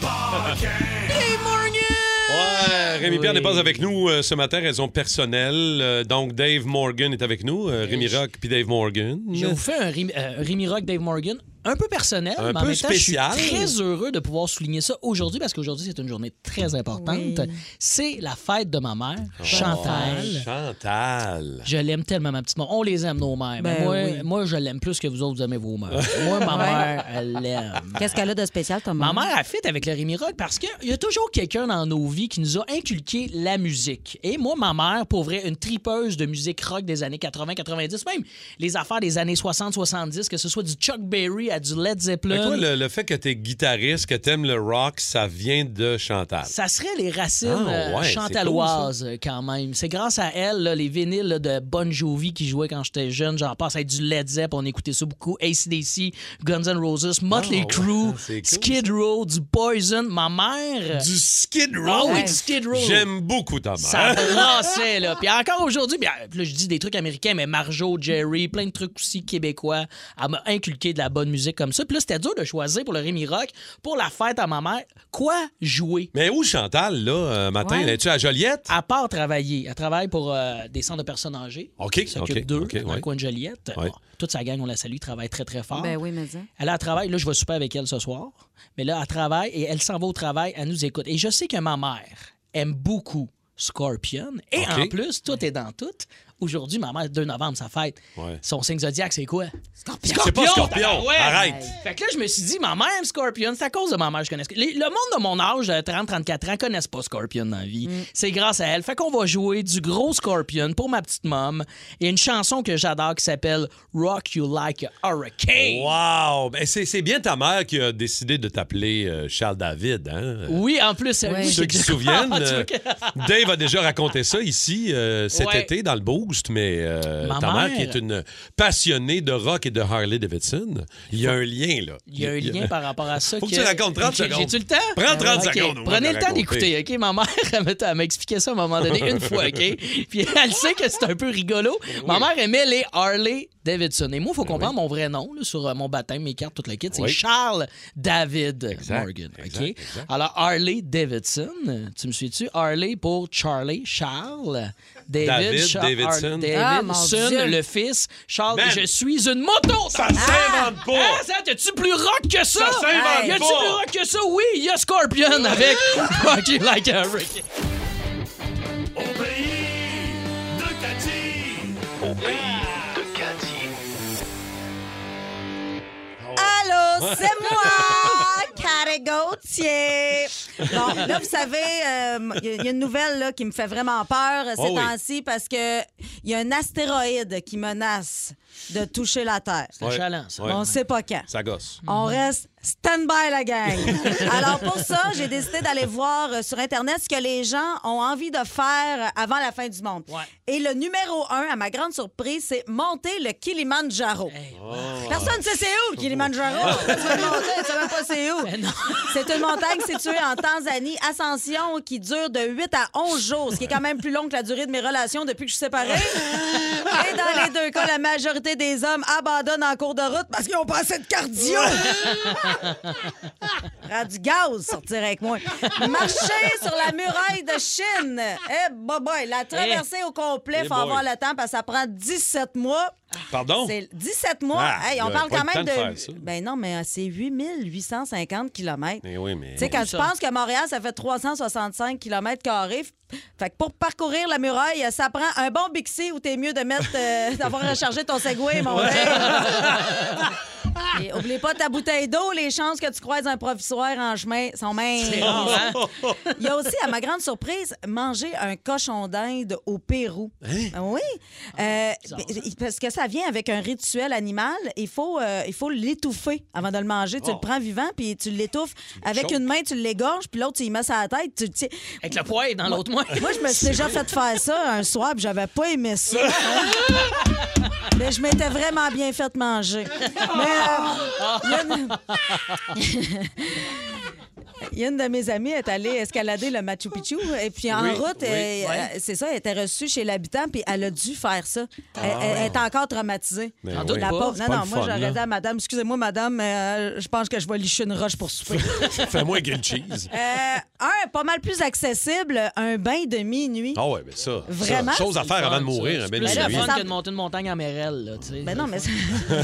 D: Dave Morgan!
B: Ouais, Rémi Pierre n'est pas avec nous euh, ce matin, raison personnelle. Euh, donc, Dave Morgan est avec nous. euh, Rémi Rock puis Dave Morgan.
D: Je vous fais un Rémi, euh, Rémi Rock, Dave Morgan, un peu personnel,
B: Un
D: mais en
B: peu
D: même temps,
B: spécial.
D: je suis très heureux de pouvoir souligner ça aujourd'hui parce qu'aujourd'hui, c'est une journée très importante.
B: Oui.
D: C'est la fête de ma mère,
B: Oh,
D: Chantal.
B: Chantal.
D: Je l'aime tellement, ma petite mère. On les aime, nos mères.
C: Ben
D: Mais moi,
C: oui.
D: moi, je l'aime plus que vous autres, vous aimez vos
B: (laughs)
D: mères. moi, ma
C: Ouais.
D: mère, elle l'aime.
C: Qu'est-ce qu'elle a de spécial, Thomas?
D: Ma mère a fait avec le Rémi Rock parce qu'il y a toujours quelqu'un dans nos vies qui nous a inculqué la musique. Et moi, ma mère, pour vrai, une tripeuse de musique rock des années 80-90, même les affaires des années 60-70, que ce soit du Chuck Berry à à du Led Zeppelin.
B: Mais Ben, toi, le, le fait que t'es guitariste, que t'aimes le rock, ça vient de Chantal.
D: Ça serait les racines
B: Ah,
D: euh,
B: ouais, c'est
D: chantaloises euh, quand même. C'est grâce à elle, là, les vinyles là, de Bon Jovi qui jouaient quand j'étais jeune. J'en passe à du Led Zepp, on écoutait ça beaucoup. ACDC, Guns N' Roses,
B: Ah,
D: Motley
B: hein,
D: Crue, Skid Row, du Poison. Ma mère...
B: Du Skid Row?
D: Ah oui, du Skid Row.
B: J'aime beaucoup ta mère.
D: Ça brassait,
B: (laughs)
D: là. Puis encore aujourd'hui, bien, là, je dis des trucs américains, mais Marjo, Jerry, plein de trucs aussi québécois. Elle m'a inculqué de la bonne musique comme ça. Puis là, c'était dur de choisir pour le Rémi Rock, pour la fête à ma mère, quoi (laughs) jouer.
B: Mais où Chantal, là, euh, matin?
D: Ouais.
B: Es-tu à Joliette?
D: À part travailler. Elle travaille pour euh, des centres de personnes âgées.
B: OK,
D: S'occupe
B: OK,
D: d'eux,
B: OK,
D: dans le
B: ouais.
D: coin de Joliette.
B: Ouais.
D: Bon, toute sa gang, on la salue, travaille très, très fort.
C: Ben oui, mais ça.
D: Elle est à travail. Là, je vais souper avec elle ce soir. Mais là, elle travaille et elle s'en va au travail. Elle nous écoute. Et je sais que ma mère aime beaucoup Scorpion. Et
B: OK.
D: en plus, tout est dans tout. Aujourd'hui, ma mère, 2 novembre, sa fête. Son signe zodiaque, c'est quoi? Scorpion.
B: C'est pas Scorpion.
D: tabarouette!
B: Arrête.
D: Fait que là, je me suis dit, ma mère aime Scorpion. C'est à cause de ma mère que je connais. Les- le monde de mon âge, de 30-34 ans, connaissent pas Scorpion dans la vie. C'est grâce à elle. Fait qu'on va jouer du gros Scorpion pour ma petite mom. Il y a une chanson que j'adore qui s'appelle Rock You Like a Hurricane.
B: Wow! Ben, c'est c'est bien ta mère qui a décidé de t'appeler euh, Charles David, hein?
D: Oui, en plus, c'est
B: Ceux qui se souviennent, euh,
D: (laughs)
B: Dave a déjà raconté ça ici euh, cet
D: Ouais.
B: été dans le Boost, mais euh,
D: Ma
B: ta mère,
D: mère-
B: qui est une passionnée de rock et de Harley Davidson, il y a un lien là.
D: Il y a un
B: (laughs)
D: lien par rapport à ça.
B: Faut que
D: que-
B: tu racontes 30
D: J'ai-
B: secondes.
D: J'ai-tu le temps?
B: Prends 30
D: Ok,
B: secondes, ouais,
D: Prenez
B: de
D: le temps
B: raconter.
D: d'écouter, OK? Ma mère, (laughs) elle m'a- elle m'a expliqué ça à un moment donné, une fois,
B: (laughs)
D: OK? Puis elle sait que c'est un peu rigolo.
B: Ben
D: Ma mère aimait les Harley Davidson. Et moi, il faut comprendre mon vrai nom là, sur euh, mon baptême, mes cartes, tout le kit. C'est
B: Oui.
D: Charles David Morgan, OK?
B: exact, exact.
D: Alors, Harley Davidson, tu me suis-tu? Harley pour Charlie, Charles, David,
B: David
D: Char-
B: Davidson.
D: David,
C: Ah, mon
D: Son,
C: Dieu.
D: le fils, Charles,
B: Man.
D: je suis une moto!
B: Ça s'invente pas!
D: Ah, ça, t'as-tu plus rock que ça?
L: Ça s'invente
D: Y a-tu
L: pas!
D: plus rock que ça? Oui, il y a Scorpion avec Rocky Like a Hurricane.
L: Au pays de Cathy. Au pays de Cathy.
C: Allô,
L: (laughs)
C: c'est moi, (laughs) Carré Gauthier. Bon, là, vous savez, euh, il y, a une nouvelle là, qui me fait vraiment peur euh, ces
L: Oh oui.
C: temps-ci parce que il y a un astéroïde qui menace de toucher la Terre.
L: C'est un Ouais. chaland, ça. Ouais.
C: On ne sait pas quand.
B: Ça gosse.
C: On reste stand-by, la gang. Alors, pour ça, j'ai décidé d'aller voir euh, sur Internet ce que les gens ont envie de faire euh, avant la fin du monde. Et le numéro un, à ma grande surprise, c'est monter le Kilimanjaro. Personne ne sait c'est où, le Kilimanjaro. tu vas le monter, tu sais même pas c'est où. C'est une montagne située en Tanzanie, ascension qui dure de 8 à 11 jours, ce qui est quand même plus long que la durée de mes relations depuis que je suis séparée. Et dans les deux cas, la majorité des hommes abandonnent en cours de route parce qu'ils ont pas assez de cardio.
O: (laughs)
C: Prends du gaz, sortir avec moi. Marcher sur la muraille de Chine. Eh, boy, boy, la traversée au complet,
B: Eh
C: faut
B: boy.
C: avoir le temps parce que ça prend 17 mois.
B: Mm. Pardon?
C: C'est 17 mois.
B: Ah,
C: Hey,
B: il
C: on
B: y
C: parle
B: avait
C: quand
B: pas le
C: même
B: temps de
C: de.
B: faire ça.
C: ben non, mais euh, c'est 8850 km.
B: Eh oui, mais-
C: Tu sais, quand tu
B: Ça.
C: penses que Montréal, ça fait 365 km. Fait que pour parcourir la muraille, ça prend un bon Bixi où t'es mieux de mettre. euh, d'avoir rechargé ton Segway,
B: (laughs)
C: mon gars. Et oublie pas ta bouteille d'eau, les chances que tu croises un provisoire en chemin sont minces.
L: C'est rare, hein?
C: Il y a aussi, à ma grande surprise, manger un cochon d'Inde au Pérou. Ah Oui. Euh, parce que ça vient avec un rituel animal. Il faut euh, il faut l'étouffer avant de le manger. Tu le prends vivant, puis tu l'étouffes. Avec
D: choques.
C: une main, tu l'égorges, puis l'autre, tu y mets ça à la tête. Tu, le tiens.
D: Avec le poêle dans l'autre main.
C: Moi, je me suis déjà fait faire ça un soir, puis j'avais pas aimé ça. Mais je m'étais vraiment bien fait manger. (laughs) Mais, euh, il y a une- il y a (laughs) une de mes amies est allée escalader le Machu Picchu et puis en
L: Oui,
C: route,
L: oui, ouais.
C: elle- elle- c'est ça, elle était reçue chez l'habitant puis elle a dû faire ça. elle,
B: Ah
C: elle- elle est encore traumatisée.
L: Mais J'en doute oui.
C: La
L: pas,
C: pauvre-
L: c'est
C: Non,
L: pas
C: non,
L: le
C: moi
L: fun,
C: j'aurais
L: là.
C: dit à madame, excusez-moi madame, mais, euh, je pense que je vais licher une roche
B: (laughs)
C: pour souper.
B: Fais-moi une
C: (laughs)
B: cheese.
C: Euh, un, pas mal plus accessible, un bain de minuit.
B: Ah ouais, mais ça. ça,
C: Vraiment?
B: chose à faire avant de mourir, ben un
D: C'est
B: bel
D: plus le
B: nuit.
D: fun que de monter une montagne en Mérelle, là, tu sais.
C: Ben non, mais ça- (laughs)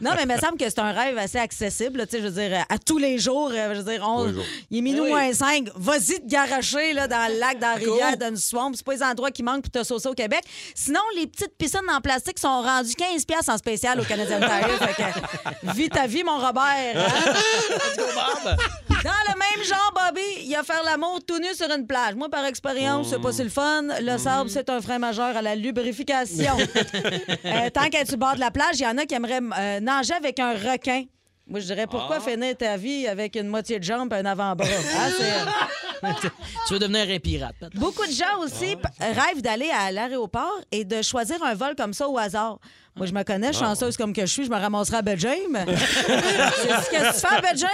C: non, mais il me semble que c'est un rêve assez accessible. là, tu sais, je veux dire, à tous les jours, euh, je veux dire, on-
D: Tous les jours.
C: il est minuit
D: Eh oui.
C: moins 5. Vas-y te garacher là, dans le lac, dans la
D: Go.
C: rivière, dans une swamp. C'est pas les endroits qui manquent pour te saucer au Québec. Sinon, les petites piscines en plastique sont rendues 15 pièces en spécial au Canadien Tire.
D: (laughs)
C: fait que, vis ta vie, mon Robert. hein?
D: Let's go, Bob.
C: Dans le même genre, Bob Bobby, il a faire l'amour tout nu sur une plage. Moi, par
D: Oh.
C: expérience, c'est pas si le fun.
D: Mm.
C: Le sable, c'est un frein majeur à
D: (laughs)
C: la lubrification. (laughs) Euh, tant qu'à du bord de la plage, il y en a qui aimeraient euh, nager avec un requin. Moi, je dirais, pourquoi finir ta vie avec une moitié de jambe et un avant-bras? Hein, c'est-
D: (laughs) tu veux devenir un pirate. peut-être.
C: (laughs) Beaucoup de gens aussi p- rêvent d'aller à l'aéroport et de choisir un vol comme ça au hasard. Moi, je me connais, chanceuse comme que je suis, je me ramasserai à (laughs) Belgium. C'est ce que tu fais à Belgium,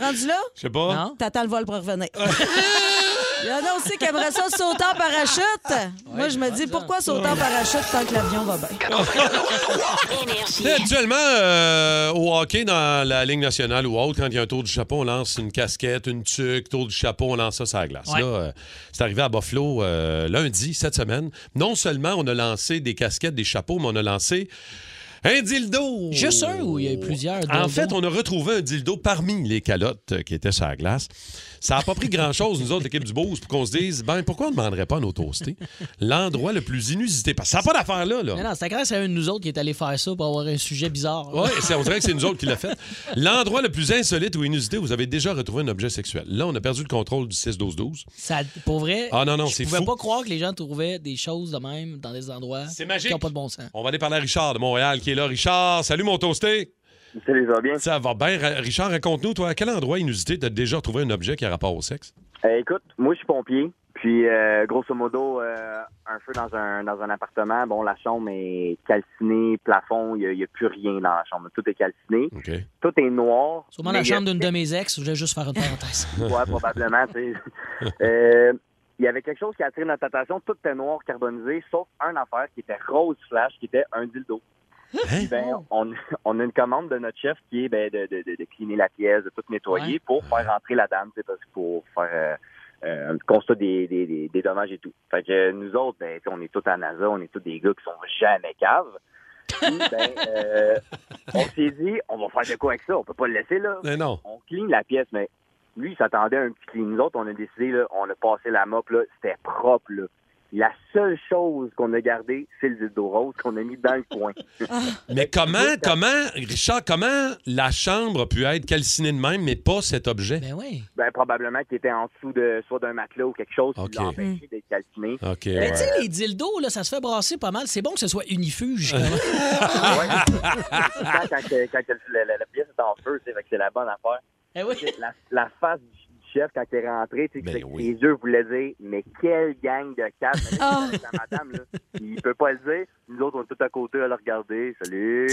C: rendu là?
B: (laughs) Je sais pas. Non.
C: T'attends le vol pour (laughs) revenir. Il y en a aussi qui aimeraient ça sauter en parachute. Moi, je me dis, pourquoi sauter en parachute tant que l'avion va bien?
B: Là, Actuellement, euh, au hockey, dans la Ligue nationale ou autre, quand il y a un tour du chapeau, on lance une casquette, une tuque, tour du chapeau, on lance ça sur la glace.
P: Ouais.
B: Là, euh, c'est arrivé à Buffalo euh, lundi, cette semaine. Non seulement on a lancé des casquettes, des chapeaux, mais on a lancé un dildo.
D: Juste un ou il y a eu plusieurs
B: En
D: dildos?
B: fait, on a retrouvé un dildo parmi les calottes euh, qui étaient sur la glace. Ça n'a pas pris grand-chose, nous autres, l'équipe du Beauce, pour qu'on se dise, ben pourquoi on ne demanderait pas à nos toastés l'endroit le plus inusité? Parce que ça n'a pas d'affaire là. là.
D: Non, non, c'est grâce à un de nous autres qui est allé faire ça pour avoir un sujet bizarre.
B: Oui, on dirait que c'est nous autres qui l'a fait. L'endroit le plus insolite ou inusité, où vous avez déjà retrouvé un objet sexuel. Là, on a perdu le contrôle du 6-12-12.
D: Ça, pour vrai,
B: Ah non, non,
D: je
B: c'est
D: pouvais
B: fou.
D: pas croire que les gens trouvaient des choses de même dans des endroits
B: magique.
D: qui n'ont pas de bon sens.
B: On va aller parler à Richard de Montréal qui est là. Richard, salut mon toasté.
Q: Salut, ça va bien?
B: Ça va bien. Ra- Richard, raconte-nous, toi, à quel endroit inusité t'as déjà retrouvé un objet qui a rapport au sexe?
Q: Euh, écoute, moi, je suis pompier. Puis, euh, grosso modo, euh, un feu dans un, dans un appartement, bon, la chambre est calcinée, plafond, il n'y a, plus rien dans la chambre. Tout est calciné. Tout est noir.
D: Sûrement
Q: Mais
D: la
Q: il y a- (laughs)
D: chambre d'une de mes ex, je voulais juste faire une parenthèse.
Q: Ouais, probablement, tu sais. Euh, Il y avait quelque chose qui a attiré notre attention. Tout était noir, carbonisé, sauf un affaire qui était rose flash, qui était un dildo. Puis, Ben, on, on a une commande de notre chef qui est ben, de, de, de, de cleaner la pièce, de tout nettoyer
R: Ouais.
Q: pour faire entrer la dame, c'est parce que pour faire euh, euh, un petit constat des, des, des, des dommages et tout. Fait que euh, nous autres, ben, tu sais, on est tous à NASA, on est tous des gars qui sont jamais caves. Puis, ben, euh, on s'est dit, on va faire de quoi avec ça, on peut pas le laisser là.
B: Mais non.
Q: On clean la pièce, mais lui, il s'attendait à un petit clean. Nous autres, on a décidé, là, on a passé la mop, là, c'était propre, là. La seule chose qu'on a gardée, c'est le dildo rose qu'on a mis dans le
B: (laughs)
Q: coin.
B: Mais comment, comment, Richard, comment la chambre a pu être calcinée de même, mais pas cet objet?
D: Ben oui.
Q: Ben, probablement qu'il était en dessous de soit d'un matelas ou quelque chose
B: Ok.
Q: qui l'a empêché d'être calciné.
B: OK.
D: Mais tu sais,
B: (laughs) ouais.
D: les dildos, là, ça se fait brasser pas mal. C'est bon que ce soit unifuge.
Q: Ouais.
B: (laughs)
Q: (laughs)
D: (laughs)
Q: Tout le temps, quand, que- quand que la, la- la pièce est en feu, tu sais, fait que c'est la bonne affaire.
D: Eh
Q: La, la face du du chef quand il est rentré, tu sais,
B: Ben
Q: c'est que ses yeux voulaient dire Mais quelle gang de
D: (laughs)
Q: quatre! Mais là, c'est la madame, là, il peut pas le dire. Nous autres, on est tout à côté à le regarder. Salut!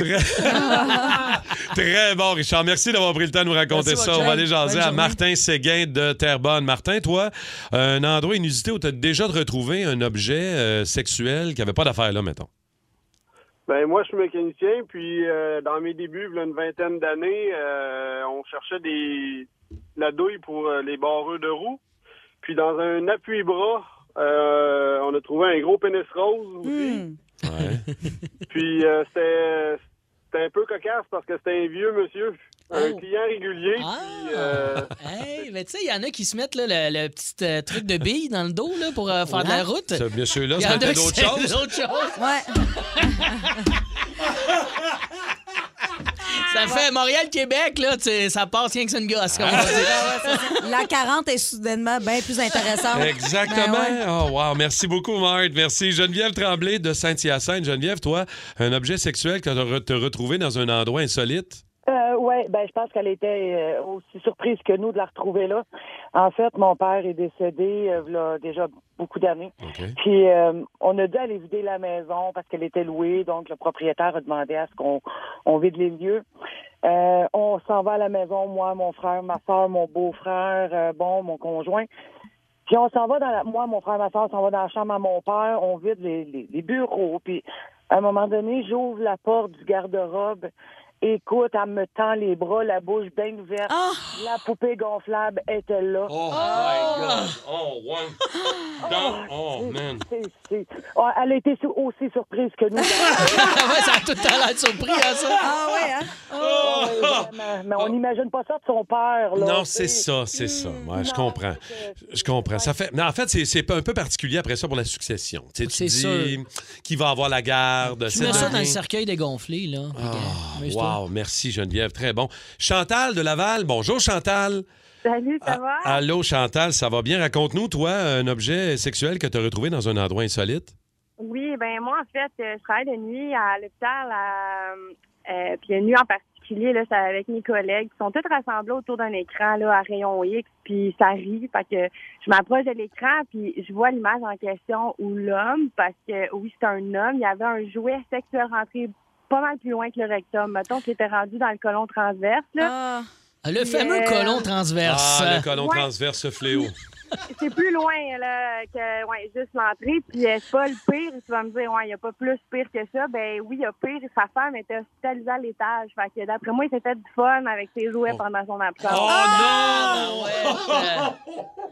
B: Très bon, Richard. Merci d'avoir pris le temps de nous raconter
Q: Merci,
B: ça.
Q: Roger.
B: On va aller jaser
Q: Bonne
B: à
Q: journée.
B: Martin Séguin de Terrebonne. Martin, toi, un endroit inusité où tu as déjà retrouvé un objet euh, sexuel qui n'avait pas d'affaire là, mettons.
O: Ben moi, je suis mécanicien, puis euh, dans mes débuts, il y a une vingtaine d'années, euh, on cherchait des la douille pour euh, les barreux de roues. Puis dans un appui-bras, euh, on a trouvé un gros pénis rose. (laughs) Puis euh, c'était c'était un peu cocasse parce que c'était un vieux monsieur, un client régulier.
D: Ah.
O: puis, euh,
D: Hey, mais tu sais, il y en a qui se mettent là, le, le petit euh, truc de bille dans le dos là, pour euh, faire de
B: Ouais.
D: la route.
B: Ce monsieur-là,
D: Il y
B: ça
D: en a
B: mettait
D: qui
B: d'autres
D: c'est
B: choses.
D: d'autres choses.
C: Ouais.
D: Ça fait Montréal-Québec, là, tu sais, ça passe rien que c'est une gosse. comme on dit.
B: Ah,
C: La 40 est soudainement bien plus intéressante.
B: Exactement.
C: Ah Ben ouais.
B: Oh, wow. Merci beaucoup, Marthe. Merci. Geneviève Tremblay de Saint-Hyacinthe. Geneviève, toi, un objet sexuel que tu as retrouvé dans un endroit insolite?
S: Euh, oui, ben, je pense qu'elle était euh, aussi surprise que nous de la retrouver là. En fait, mon père est décédé euh, là, déjà beaucoup d'années. Puis euh, on a dû aller vider la maison parce qu'elle était louée, donc le propriétaire a demandé à ce qu'on on vide les lieux. Euh, on s'en va à la maison, moi, mon frère, ma soeur, mon beau-frère, euh, bon, mon conjoint. Puis on s'en va dans la. Moi, mon frère, ma soeur, s'en va dans la chambre à mon père. On vide les, les- les bureaux. Puis à un moment donné, j'ouvre la porte du garde-robe. Écoute, elle me tend les bras, la bouche bien ouverte. La poupée gonflable était là.
B: Oh, ouais. (laughs) oh, man.
S: C'est- c'est- Ah, Elle a été sou- aussi surprise
D: (laughs)
S: que nous.
D: ouais, ça a tout à l'air surpris, hein, ça. Oh.
C: Ah ouais, hein?
S: Ouais, vraiment. Mais on n'imagine pas ça de son père. Là,
B: Non,
S: tu
B: c'est Hmm,
S: sais.
B: ça, c'est ça. Ouais, je comprends. Je comprends. Ça fait... mais en fait, c'est- c'est un peu particulier après ça pour la succession. Tu sais, tu
D: C'est
B: dis
D: sûr.
B: qui va avoir la garde.
D: Tu
B: c'est
D: mets ça
B: donné.
D: dans le cercueil dégonflé, là.
B: Ah,
D: Amuse-toi
B: Wow, merci Geneviève, très bon. Chantal de Laval, bonjour Chantal.
P: Salut, ça va?
C: Ah.
B: Allô Chantal, ça va bien? Raconte-nous, toi, un objet sexuel que tu as retrouvé dans un endroit insolite.
P: Oui, ben moi, en fait, euh, je travaille de nuit à l'hôpital, à, euh, puis une nuit en particulier, là, c'est avec mes collègues qui sont tous rassemblés autour d'un écran là, à rayon X, puis ça rit, parce que je m'approche de l'écran, puis je vois l'image en question où l'homme, parce que oui, c'est un homme, il y avait un jouet sexuel rentré pas mal plus loin que le rectum, mettons qu'il était rendu dans le colon transverse. Là.
D: Ah, Le fameux
P: Euh,
D: colon transverse.
B: Ah, le colon
P: Ouais.
B: transverse, ce fléau.
P: C'est plus loin là, que ouais, juste l'entrée. Puis euh, c'est pas le pire. Tu vas me dire, ouais, il n'y a pas plus pire que ça. Ben oui, il y a pire. Sa femme était hospitalisée à l'étage. Fait que d'après moi, il s'était du fun avec ses jouets pendant son absence.
C: Oh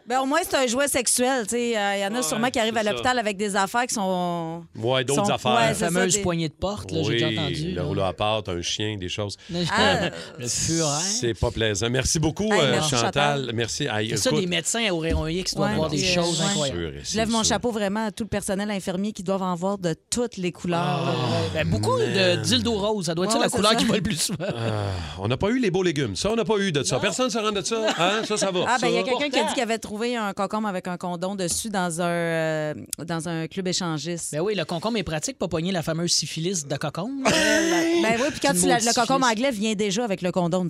C: Ben, au moins, c'est un jouet sexuel. tu sais. Euh, Il y en a sûrement qui arrivent à
B: c'est ça.
C: l'hôpital avec des affaires qui sont.
B: Ouais, d'autres
C: sont-
B: affaires.
C: ouais,
B: La
C: c'est ça,
D: fameuse
C: des-
D: poignée de porte, là, j'ai déjà entendu.
B: Oui, le
D: là.
B: rouleau à pâte, un chien, des choses.
D: Ah. Le furet.
B: C'est pas plaisant. Merci beaucoup,
D: Hey,
B: euh,
D: merci,
B: Chantal.
D: Chantal.
B: Merci. Aïe,
D: C'est ça,
B: écoute,
D: des médecins au rayon X doivent
C: Ouais,
D: voir des
C: puis, euh,
D: choses
C: ouais.
D: incroyables.
B: sûr,
C: Je lève mon chapeau vraiment à tout le personnel infirmier qui doivent en voir de toutes les couleurs. là.
D: Ben, beaucoup de dildo rose, ça doit être ça
C: Ouais,
D: la
C: ouais,
D: couleur
C: c'est
D: qui
C: ça.
D: va le plus souvent.
B: Ah, on n'a pas eu les beaux légumes. Ça, on n'a pas eu de ça. Personne ne se rend de ça. Hein? Ça, ça va.
C: Ah, ben, il y a
B: Ça.
C: quelqu'un qui a dit qu'il avait trouvé un concombre avec un condom dessus dans un, euh, dans un club échangiste.
D: Ben oui, le concombre est pratique pour pogner la fameuse syphilis de cocombe.
C: Ben oui, puis quand
D: Une
C: tu la-
D: maudite
C: le concombre
D: syphilis.
C: anglais vient déjà avec le condom.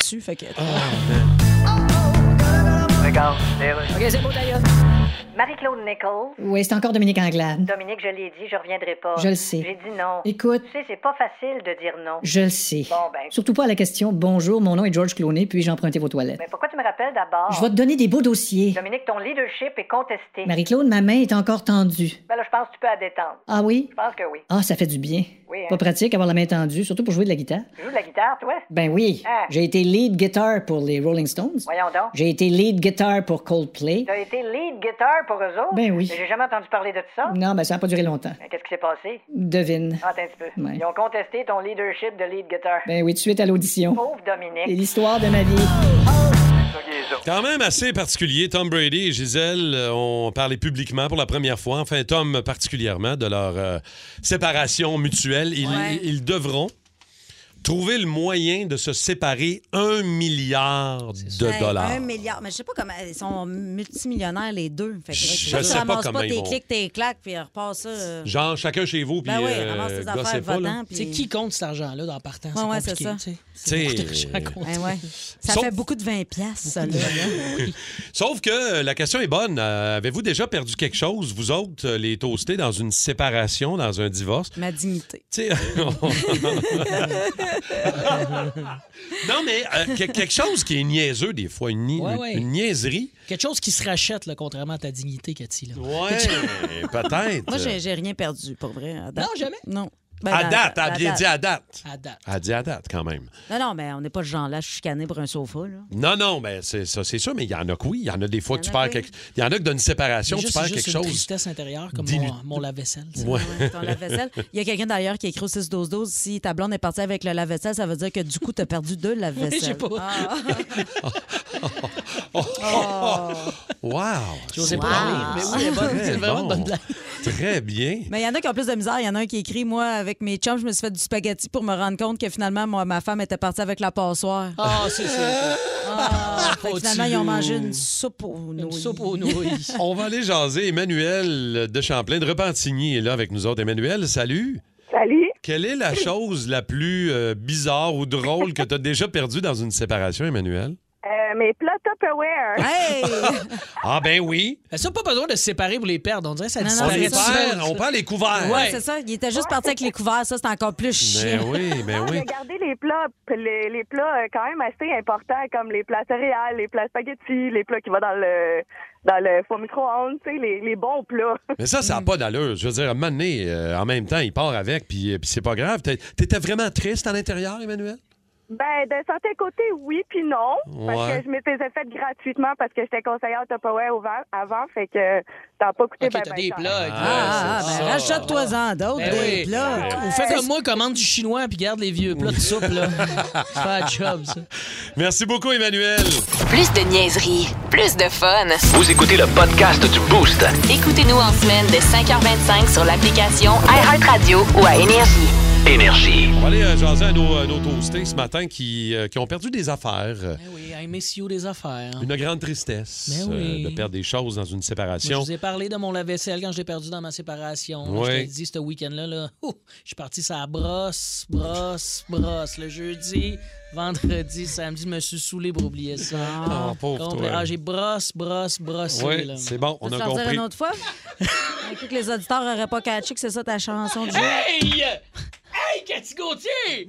C: Dessus, fait que.
D: Ah.
T: Regarde,
U: OK, c'est beau d'ailleurs. Marie-Claude Nichols.
T: Oui, c'est encore Dominique Anglade.
U: Dominique, je l'ai dit, je reviendrai pas.
T: Je le sais.
U: J'ai dit non.
T: Écoute.
U: Tu sais, c'est pas facile de dire non.
T: Je le sais.
U: Bon, ben.
T: Surtout pas à la question Bonjour, mon nom est George Clooney, puis-je emprunter vos toilettes?
U: Mais pourquoi tu me rappelles d'abord?
T: Je vais te donner des beaux dossiers.
U: Dominique, ton leadership est contesté.
T: Marie-Claude, ma main est encore tendue.
U: Ben là, je pense que tu peux la détendre.
T: Ah oui?
U: Je pense que oui.
T: Ah, ça fait du bien.
U: Oui, hein.
T: Pas pratique avoir la main tendue, surtout pour jouer de la guitare.
U: Tu joues de la guitare, toi?
T: Ben oui.
U: Ah.
T: J'ai été lead guitar pour les Rolling Stones.
U: Voyons donc.
T: J'ai été lead guitar pour Coldplay.
U: T'as été lead guitar pour eux autres?
T: Ben oui.
U: J'ai jamais entendu parler de tout ça.
T: Non, ben ça n'a pas duré longtemps.
U: Ben, Qu'est-ce qui s'est passé?
T: Devine.
U: Attends un petit peu.
T: Ouais.
U: Ils ont contesté ton leadership de lead guitar.
T: Ben oui, de suite à l'audition.
U: Pauvre Dominique. Oh!
T: C'est l'histoire de ma vie.
B: Quand même assez particulier. Tom Brady et Gisèle euh, ont parlé publiquement pour la première fois, enfin Tom particulièrement, de leur euh, séparation mutuelle. Ils,
V: Ouais.
B: ils devront trouver le moyen de se séparer un milliard de
C: Hey,
B: dollars.
C: Un milliard. Mais je sais pas comment. Ils sont multimillionnaires, les deux. Fait que,
B: Je
C: tu
B: sais pas
C: ramasses
B: comment
C: pas
B: ils
C: tes
B: vont.
C: clics, tes claques, puis repars ça. euh.
B: Genre, chacun chez vous, puis
C: Ben oui,
B: euh,
C: ramasse tes affaires,
B: gossez pas, là.
C: va-t'en, puis-
D: C'est qui compte cet argent-là dans partant?
C: Ouais, ouais,
D: c'est
C: c'est ça.
D: compliqué,
B: T'sais,
D: tu sais. C'est beaucoup
B: (laughs)
D: d'argent à compter.
C: Ben ouais. Ça
B: Sauf-
C: fait beaucoup de 20 piastres, ça, là.
B: (laughs) Sauf que euh, la question est bonne. Euh, Avez-vous déjà perdu quelque chose, vous autres, euh, les toastés, dans une séparation, dans un divorce?
C: Ma dignité.
B: Tu sais, non, mais euh, que- quelque chose qui est niaiseux des fois, une, ni-
D: Ouais, ouais.
B: une
D: (laughs)
B: niaiserie.
D: Quelque chose qui se rachète, là, contrairement à ta dignité, Cathy. Là. (laughs)
B: Ouais, (laughs) peut-être.
C: Moi, j'ai j'ai rien perdu, pour vrai. à date.
D: Non, jamais?
C: Non. Ben,
B: à
C: la-
B: date,
C: la
B: elle a bien
C: date.
B: dit à date.
D: À date.
B: Elle a dit à date quand même.
C: Non, non, mais on n'est pas ce genre-là chicané pour un sofa, là.
B: Non, non, mais c'est ça, c'est sûr, mais il y en a que oui. Il y en a des fois que tu
C: en a
B: perds
C: que oui.
B: quelque Il y en a que d'une séparation,
D: C'est
B: tu
D: juste-
B: perds
D: c'est juste
B: Ah, quelque
D: une
B: chose.
D: tristesse intérieure, comme
B: Dilu-
D: mon, mon lave-vaisselle. tu sais.
B: Ouais.
C: (laughs) Ton lave-vaisselle. Il y a quelqu'un d'ailleurs qui a écrit au 6-12-12 si ta blonde est partie avec le lave-vaisselle, ça veut dire que du coup, t'as perdu
D: (laughs)
C: deux
D: Oui, j'ai
C: lave-vaisselle.
D: pas.
C: Ah.
B: (laughs)
C: (laughs)
B: Oh! Wow!
D: J'osais pas
B: Wow.
D: la lire, mais oui, elle est bonne. Oh! C'est
B: Très
D: vraiment une bonne blague.
B: Très bien.
C: Mais il y en a qui ont plus de misère. Il y en a un qui écrit Moi, avec mes chums, je me suis fait du spaghetti pour me rendre compte que finalement, moi, ma femme était partie avec la passoire.
D: Ah, c'est ça.
C: Ah, fait que
D: Oh,
C: finalement,
D: tu
C: ils ont
D: loues.
C: mangé une soupe aux nouilles. (laughs)
B: On va aller jaser. Emmanuel de Champlain, de Repentigny, est là avec nous autres. Emmanuel, salut.
W: Salut.
B: Quelle est la chose la plus euh, bizarre ou drôle que tu as déjà perdue dans une séparation, Emmanuel?
W: Euh, mes plats Tupperware.
C: Hey!
B: Ah ben oui.
D: (laughs) Ben, ça, pas besoin de se séparer pour les perdre. On dirait que ça
C: Non, non,
B: On
D: disparaît
B: les
D: tout seul.
B: perd, on perd les couverts.
C: Ouais, c'est ça. Il était juste parti avec les couverts. Ça, c'est encore plus
B: Mais
C: chiant.
B: oui,
C: (laughs)
B: mais oui.
W: Regardez les plats, p- les, les plats euh, quand même assez importants comme les plats céréales, les plats spaghettis, les plats qui vont dans le dans le four micro-ondes, tu sais, les, les bons plats.
B: Mais ça, ça n'a pas d'allure. Je veux dire, à un moment donné, euh, en même temps, il part avec, puis, euh, puis c'est pas grave. T'es- T'étais vraiment triste à l'intérieur, Emmanuel?
W: Ben, d'un certain côté, oui, puis non. Parce
B: Ouais.
W: que je m'étais fait gratuitement parce que j'étais conseillère Tupperware au vent- avant, fait que t'as pas coûté ben, ben cher.
C: Ah, ben, rachète-toi-en d'autres,
D: Ben
C: des
D: oui.
C: plats.
D: Ou fais comme moi, commande du chinois puis garde les vieux plats de soupe,
B: (laughs)
D: là. C'est pas un job, ça.
B: Merci beaucoup, Emmanuel.
A: Plus de niaiserie, plus de fun.
H: Vous écoutez le podcast du Boost.
A: Écoutez-nous en semaine de 5h25 sur l'application iHeartRadio ou à Énergie.
H: Énergie.
B: On va aller euh, jaser à nos, euh, nos toastés ce matin qui, euh, qui ont perdu des affaires.
D: Oui, I miss you des affaires. Moi,
B: Une grande tristesse euh,
D: Mais oui.
B: de perdre des choses dans une
D: je
B: séparation.
D: vous ai parlé de mon lave-vaisselle quand je l'ai perdu dans ma séparation. Là,
B: Ouais.
D: Je t'ai dit ce week-end-là, là, ouh, je suis parti ça brosse, brosse, brosse. Le jeudi, vendredi, samedi, je me suis saoulé pour oublier ça.
B: Ah, pauvre
D: Complet.
B: toi.
D: Ah, j'ai brosse, brosse, brossé.
B: Ouais,
D: là.
B: c'est bon, on
C: Tu
B: a
C: vas leur dire
B: compris.
C: une autre fois? Écoute, que les auditeurs n'auraient pas catché que c'est ça ta chanson du jour.
D: Hey! euh, Hey, Cathy Gauthier!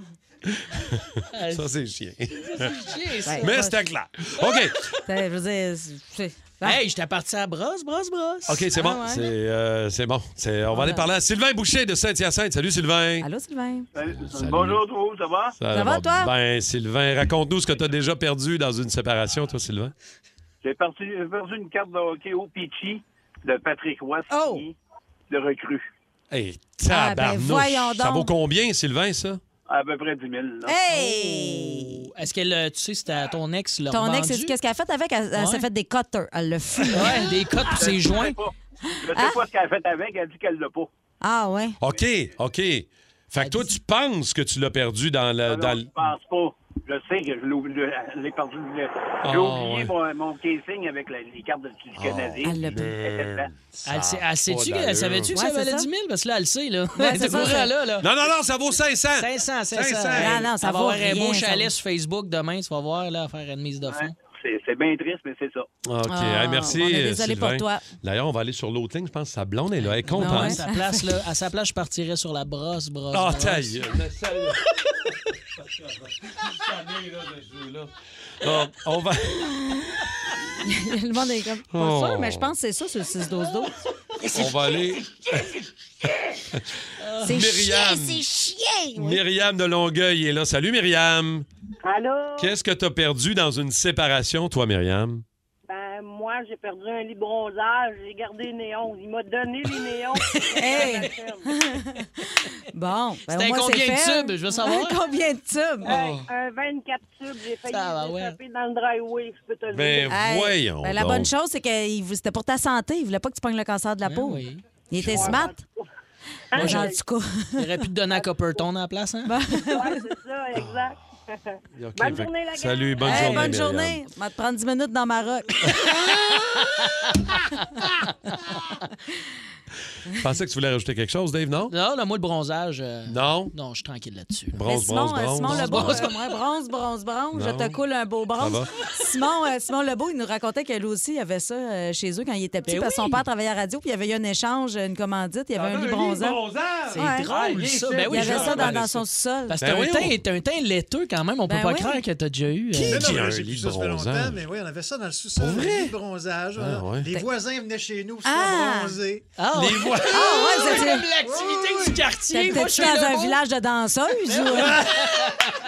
B: Ça, c'est chien.
D: chier, Ah, ça.
B: Mais c'était clair. OK.
C: Ben, Je veux dire, c'est- c'est-
D: Hey, j'étais parti à brosse, brosse, brosse.
B: OK, c'est bon.
D: Ah, ouais.
B: C'est euh, c'est bon. C'est- on va aller parler à Sylvain Boucher de Saint-Hyacinthe. Salut, Sylvain.
C: Allô, Sylvain?
O: Bonjour, tout ça va?
C: Ça va, toi?
B: Ben, Sylvain, raconte-nous ce que tu as déjà perdu dans une séparation, toi, Sylvain.
O: J'ai parti- j'ai perdu une carte de hockey au Pitchy de Patrick Watt,
D: Oh!
O: le recrue.
B: Hey,
O: Ah, ben,
B: tabarnouche.
O: voyons
B: Ça
O: donc.
B: vaut combien, Sylvain, ça?
O: À peu près 10 000. là.
C: Hey!
D: Est-ce qu'elle, euh, tu sais, c'était à ton ex, là.
C: Ton ex, c'est- qu'est-ce qu'elle a fait avec? Elle, elle s'est fait des cutters. Elle l'a fumé.
D: Ouais, des cotes pour ses joints.
O: Je sais
D: Ah!
O: pas ce qu'elle a fait avec, elle dit qu'elle l'a pas.
C: Ah, ouais.
B: OK, OK.
C: Bah,
B: Fait que toi, tu penses que tu l'as perdu dans le. dans le-
O: Je pense pas. Je sais que je l'ai oublié. je l'ai perdu. J'ai oublié
B: Ah, ouais. Ah.
O: mon, mon casing avec la- les cartes de- du Canadien.
C: Ah,
D: elle l'a pas.
O: était dedans.
D: Elle, sait- elle sait-tu, elle savait-tu que
C: Ouais,
D: ça valait
C: c'est
D: 10
C: ça.
D: 000? Parce que là, elle le sait, là.
C: Ouais,
D: (laughs) elle
C: c'est
D: était
C: ça,
D: courue
C: ça.
D: à là, là.
B: Non, non, non, ça vaut 500.
D: 500, 500.
B: 500.
D: Hey,
C: Non, non, ça
D: elle va
C: vaut
D: avoir un
C: rien,
D: beau
C: ça
D: chalet
C: vaut-
D: sur Facebook demain, tu vas voir, là, faire une mise de fond.
O: C'est c'est bien triste, mais c'est ça.
B: OK,
D: Ah,
B: hey, merci.
D: on est désolé
B: Sylvain.
D: pour toi. Ben
B: D'ailleurs, on va aller sur l'autre ligne. Je pense que sa blonde est là. Elle est
D: Non,
B: contente.
D: à, (laughs) sa place, là, à sa place, je partirais sur la brosse, brosse.
B: Ah,
D: brosse.
B: ta gueule,
C: (laughs)
B: mais sérieux. Bon, on va.
C: (laughs) Le monde est comme. Pas
B: Oh.
C: sûr, mais je pense que c'est ça, sur le 6-12-12.
B: On va aller.
D: Ah.
C: C'est
B: Myriam.
C: chier, c'est chier! oui.
B: Myriam de Longueuil est là. Salut, Myriam.
F: Allô?
B: Qu'est-ce que tu as perdu dans une séparation, toi, Myriam?
F: Ben, moi, j'ai perdu un lit bronzage, j'ai gardé les néons. Il m'a donné les néons.
C: (laughs) Hey! Bon, ben,
D: C'était
C: au moins,
D: combien
C: c'est
D: de
C: fait.
D: tubes? Je veux savoir.
C: (laughs)
D: Oh.
C: combien de tubes?
F: Hey, Un 24 tubes, j'ai failli
C: Ça va,
F: me
C: ouais.
F: taper dans le driveway, je peux te le
B: Ben,
F: dire.
C: Hey,
B: voyons
C: ben, la
B: donc.
C: bonne chose, c'est que il vou- c'était pour ta santé. Il voulait pas que tu pognes le cancer de la peau. Il était smart.
D: Ben Moi,
C: Genre, (laughs)
D: j'aurais-
C: du coup.
D: J'aurais pu te donner à Copperton à la place,
C: Bah.
D: hein?
F: Ouais, c'est ça, exact.
B: (laughs) OK,
F: Bonne
B: fait-
F: journée, la
B: Salut, bonne
C: Hey,
B: journée.
C: Bonne
B: Myriam.
C: journée. On va te prendre 10 minutes dans ma
D: (laughs)
B: (laughs)
C: (laughs) roque.
B: Je pensais que tu voulais rajouter quelque chose, Dave, non?
D: Non, là, moi, le bronzage. euh,
B: Non.
D: Non, je suis tranquille là-dessus. là.
B: Bronze,
C: Simon,
B: bronze,
C: euh,
B: bronze.
C: Simon Lebeau,
D: Bronze,
C: euh, ouais, bronze, bronze, bronze, je
B: Non.
C: te coule un beau
B: Ça
C: bronze.
B: va.
C: Simon, euh, Simon Lebeau, il nous racontait qu'elle aussi avait ça euh, cez eux quand il était petit,
D: Ben
C: parce que
D: oui.
C: son père travaillait à la radio, puis il y avait eu un échange, une commandite, il y avait un lit bronzant.
D: C'est
C: Ouais. Ah,
D: drôle, ça. Ben oui,
C: il y
D: je
C: avait ça dans,
D: regardais
C: dans
D: ça.
C: son sous-sol.
D: Parce que
B: Ben
D: t'as un
B: oui,
D: teint-
B: on-
D: t'as un teint laiteux quand même. On peut
C: Ben
D: pas
C: oui.
D: croire que t'as déjà eu.
B: Qui
D: euh,
B: qui a un
G: J'ai
B: lit
G: plus ça, ça fait longtemps,
B: bronzant?
G: mais oui, on avait ça dans le sous-sol.
B: Pour vrai?
G: le bronzage.
B: Ah,
G: voilà.
B: ouais.
G: Les voisins venaient chez nous,
C: Ah!
G: se bronzer.
D: Ah, ouais.
G: Les voix-
C: Ah, ouais,
D: C'est
C: c'est-
D: comme l'activité du quartier. Moi, je
C: T'étais-tu
D: suis
C: dans
D: le
C: un
D: bon.
C: village de
D: (laughs)
C: danseuses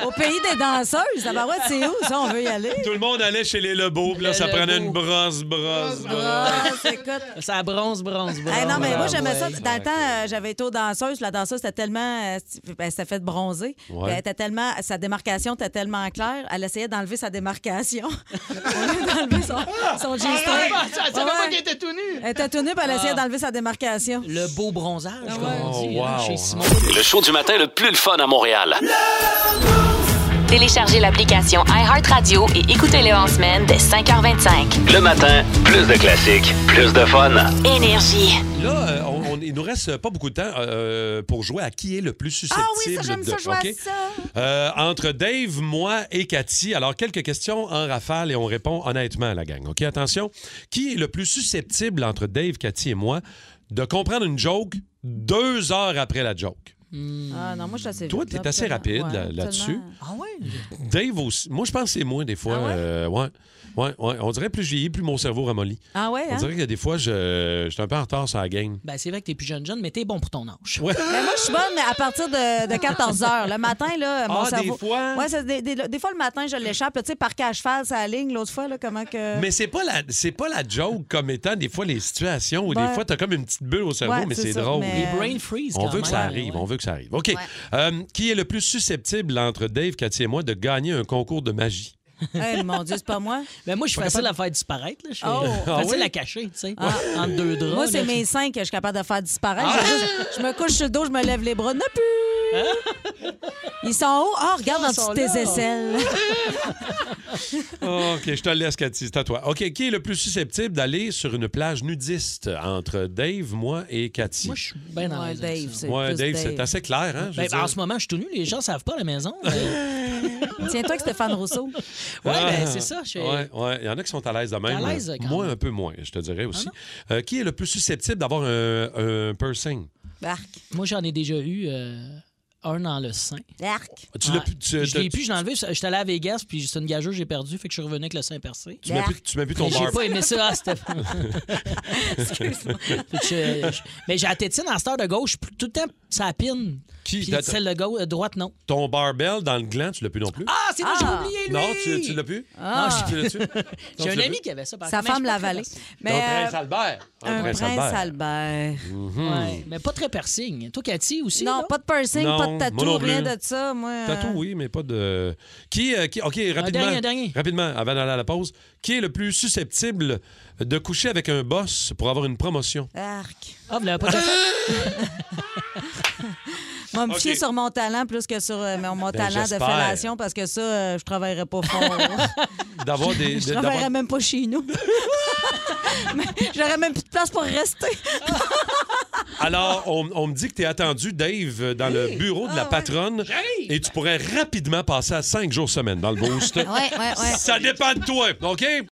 C: ou- au pays des danseuses? La barouette, c'est où? Ça, on veut y aller.
B: Tout le monde allait chez les Lebeaux, puis là,
D: Les
B: ça prenait
D: Lebeaux.
B: une brosse, brosse,
C: Ah,
B: brosse.
C: c'est écoute.
D: Ça bronze, bronze, bronze.
C: Hey, Eh, non, mais moi,
D: Ah,
C: j'aimais ça.
D: ouais.
C: Dans le temps, euh, j'avais été aux danseuses. La danseuse, c'était tellement. euh, ben, c'était fait de bronzer.
D: Ouais.
C: Elle était tellement. Sa démarcation était tellement claire. Elle essayait d'enlever
D: (laughs)
C: sa démarcation. Au lieu d'enlever son, son G-string.
D: Ah, elle savait pas
C: Ouais.
D: qu'elle était tout nue.
C: Elle était tenue, puis elle essayait
D: Ah.
C: d'enlever sa démarcation. Ah,
D: Le beau bronzage, comme on dit,
G: Oh,
D: là,
G: wow.
B: hein.
D: chez Simon.
G: Le show du matin le plus le fun à Montréal.
A: Téléchargez l'application iHeartRadio et écoutez-le en semaine dès 5h25.
H: Le matin, plus de classiques, plus de fun.
A: Énergie.
B: Là, euh, on- on- il nous reste pas beaucoup de temps euh, pour jouer à qui est le plus susceptible
C: Ah
B: de OK? Euh, entre Dave, moi et Cathy. Alors, quelques questions en rafale et on répond honnêtement à la gang. OK, attention. Qui est le plus susceptible entre Dave, Cathy et moi de comprendre une joke deux heures après la joke?
D: Hmm.
C: Ah, non, moi, je suis assez
B: Toi,
C: vite,
B: t'es
C: là,
B: assez
C: tellement-
B: rapide
C: ouais,
B: là- là-dessus.
C: tellement.
D: Ah ouais?
C: Ah
B: Dave aussi. Moi, je pense que c'est moi, des fois. euh, ouais. Ouais, ouais. On dirait plus je vieillis, plus mon cerveau ramollit.
C: Ah ouais,
B: On
C: hein?
B: dirait que des fois, je, je suis un peu en retard sur la game.
D: Ben, c'est vrai que t'es plus jeune jeune, mais t'es bon pour ton âge. Ben,
C: (laughs) Mais moi, je suis bonne à partir de, 14 h. Le matin, là, mon
D: Ah, des
C: cerveau.
D: fois?
C: Ouais, c'est des, des- des fois, le matin, je l'échappe. là, Tu sais, parquet à cheval, ça ligne. L'autre fois, là, comment que.
B: Mais c'est pas la c'est pas la joke comme étant des fois les situations où
C: Ben-
B: des fois t'as comme une petite bulle au cerveau
C: Ouais,
B: mais
C: c'est
B: c'est
C: ça,
B: drôle.
C: mais- Les brain
D: freeze,
B: On
D: quand
B: veut que ça
D: même.
B: arrive, on veut que ça arrive. OK. Euh, qui est le plus susceptible entre Dave, Cathy et moi de gagner un concours de
C: (laughs)
B: magie
C: Hey, mon Dieu, c'est pas moi.
D: Ben, moi, je suis
C: Pas
D: facile
C: capable-
D: à faire disparaître. Là. Je suis (laughs)
C: Oh. Ah
D: facile
C: oui?
D: à cacher, tu sais, entre deux draps.
C: Ah. Moi, c'est
D: là. Ah!
C: mes seins que je suis capable de faire disparaître. Je, juste- je me couche sur le dos, je me lève les bras. Ne plus!
D: Ah!
C: Ils sont hauts. Oh, regarde en dessous de tes aisselles.
B: OK, je te laisse, Cathy, c'est à toi. OK, qui est le plus susceptible d'aller sur une plage nudiste entre Dave, moi et Cathy? Moi, je suis
D: Ben, dans les
C: Dave,
D: autres,
C: c'est
D: ça.
B: Ouais, Dave, c'est assez clair, hein? je
D: Ben,
B: veux
D: en
B: dire.
D: ce moment, je suis tout nu. Les gens savent pas à la maison. mais-
C: (laughs) Tiens-toi avec Stéphane Rousseau.
D: Ouais, ben,
B: Ah.
D: c'est ça, je-
B: Ouais, ouais. Il y en a qui sont à l'aise de même.
D: à l'aise,
B: Euh,
D: quand
B: Moi,
D: même. Ah
B: un peu moins, je te dirais aussi. Euh, qui est le plus susceptible d'avoir un, un piercing?
D: Moi, j'en ai déjà eu euh, un dans le sein.
C: Arc.
B: Ah, Tu l'as plus- tu-
D: je l'ai
B: tu-
D: plus, je l'ai enlevé. J'étais allé à Vegas, puis c'est une gageuse, j'ai perdu, fait que je suis revenu avec le sein percé.
B: Tu mets plus- tu mets plus ton
D: J'ai
B: barbe.
D: pas aimé ça, ah,
B: (laughs)
D: Stéphane.
B: Excuse-moi.
D: Fait que euh, je- je- Mais j'ai la tétine en star de gauche, plus- tout le temps, ça pine.
B: Qui?
D: Puis
B: T'as-
D: celle de gauche, euh, droite, non.
B: Ton barbell dans le gland, tu l'as plus non plus?
D: Ah, c'est moi, j'ai
C: Ah.
D: oublié, lui!
B: Non, tu, tu l'as plus?
D: Ah.
B: Non,
D: (laughs)
B: je- tu l'as-tu? Non,
D: J'ai
B: tu
D: un
B: l'as
D: ami
B: plus?
D: qui avait ça. par
C: Sa
D: contre, mais
C: femme
D: je suis
C: l'a
D: pas
C: avalé.
D: très percé.
C: Mais, euh,
B: Ah, Albert.
C: Un prince Albert.
B: Mhm.
D: Ouais, mais pas très piercing. Toi, Cathy, aussi?
C: Non, pas de piercing,
B: Non,
C: pas de
B: moi non
C: tatou,
B: plus.
C: rien de ça. Moi,
D: Ben,
C: euh,
B: Tatou, oui, mais pas de. Qui, euh, qui- OK, rapidement.
D: dernier, un dernier.
B: Rapidement, avant d'aller à la pause. Qui est le plus susceptible de coucher avec un boss pour avoir une promotion?
C: Arc.
D: Ah, vous l'avez pas déjà
C: (laughs)
D: fait?
C: Moi, me
B: OK.
C: fier sur mon talent plus que sur euh, mon, mon
B: Ben,
C: talent de
B: j'espère.
C: fellation parce que ça, euh, je travaillerais pas
D: (laughs)
C: fort.
B: D'avoir des.
C: je
B: de-
C: travaillerais
B: d'avoir-
C: même pas chez nous. (laughs) Mais J'aurais même plus de place pour rester.
B: Alors, on, on me dit que tu es attendu, Dave, dans le bureau
D: Ah,
B: de la patronne. Et tu pourrais rapidement passer à cinq jours semaine dans le boost.
C: Ouais, ouais, ouais.
B: Ça dépend de toi, OK?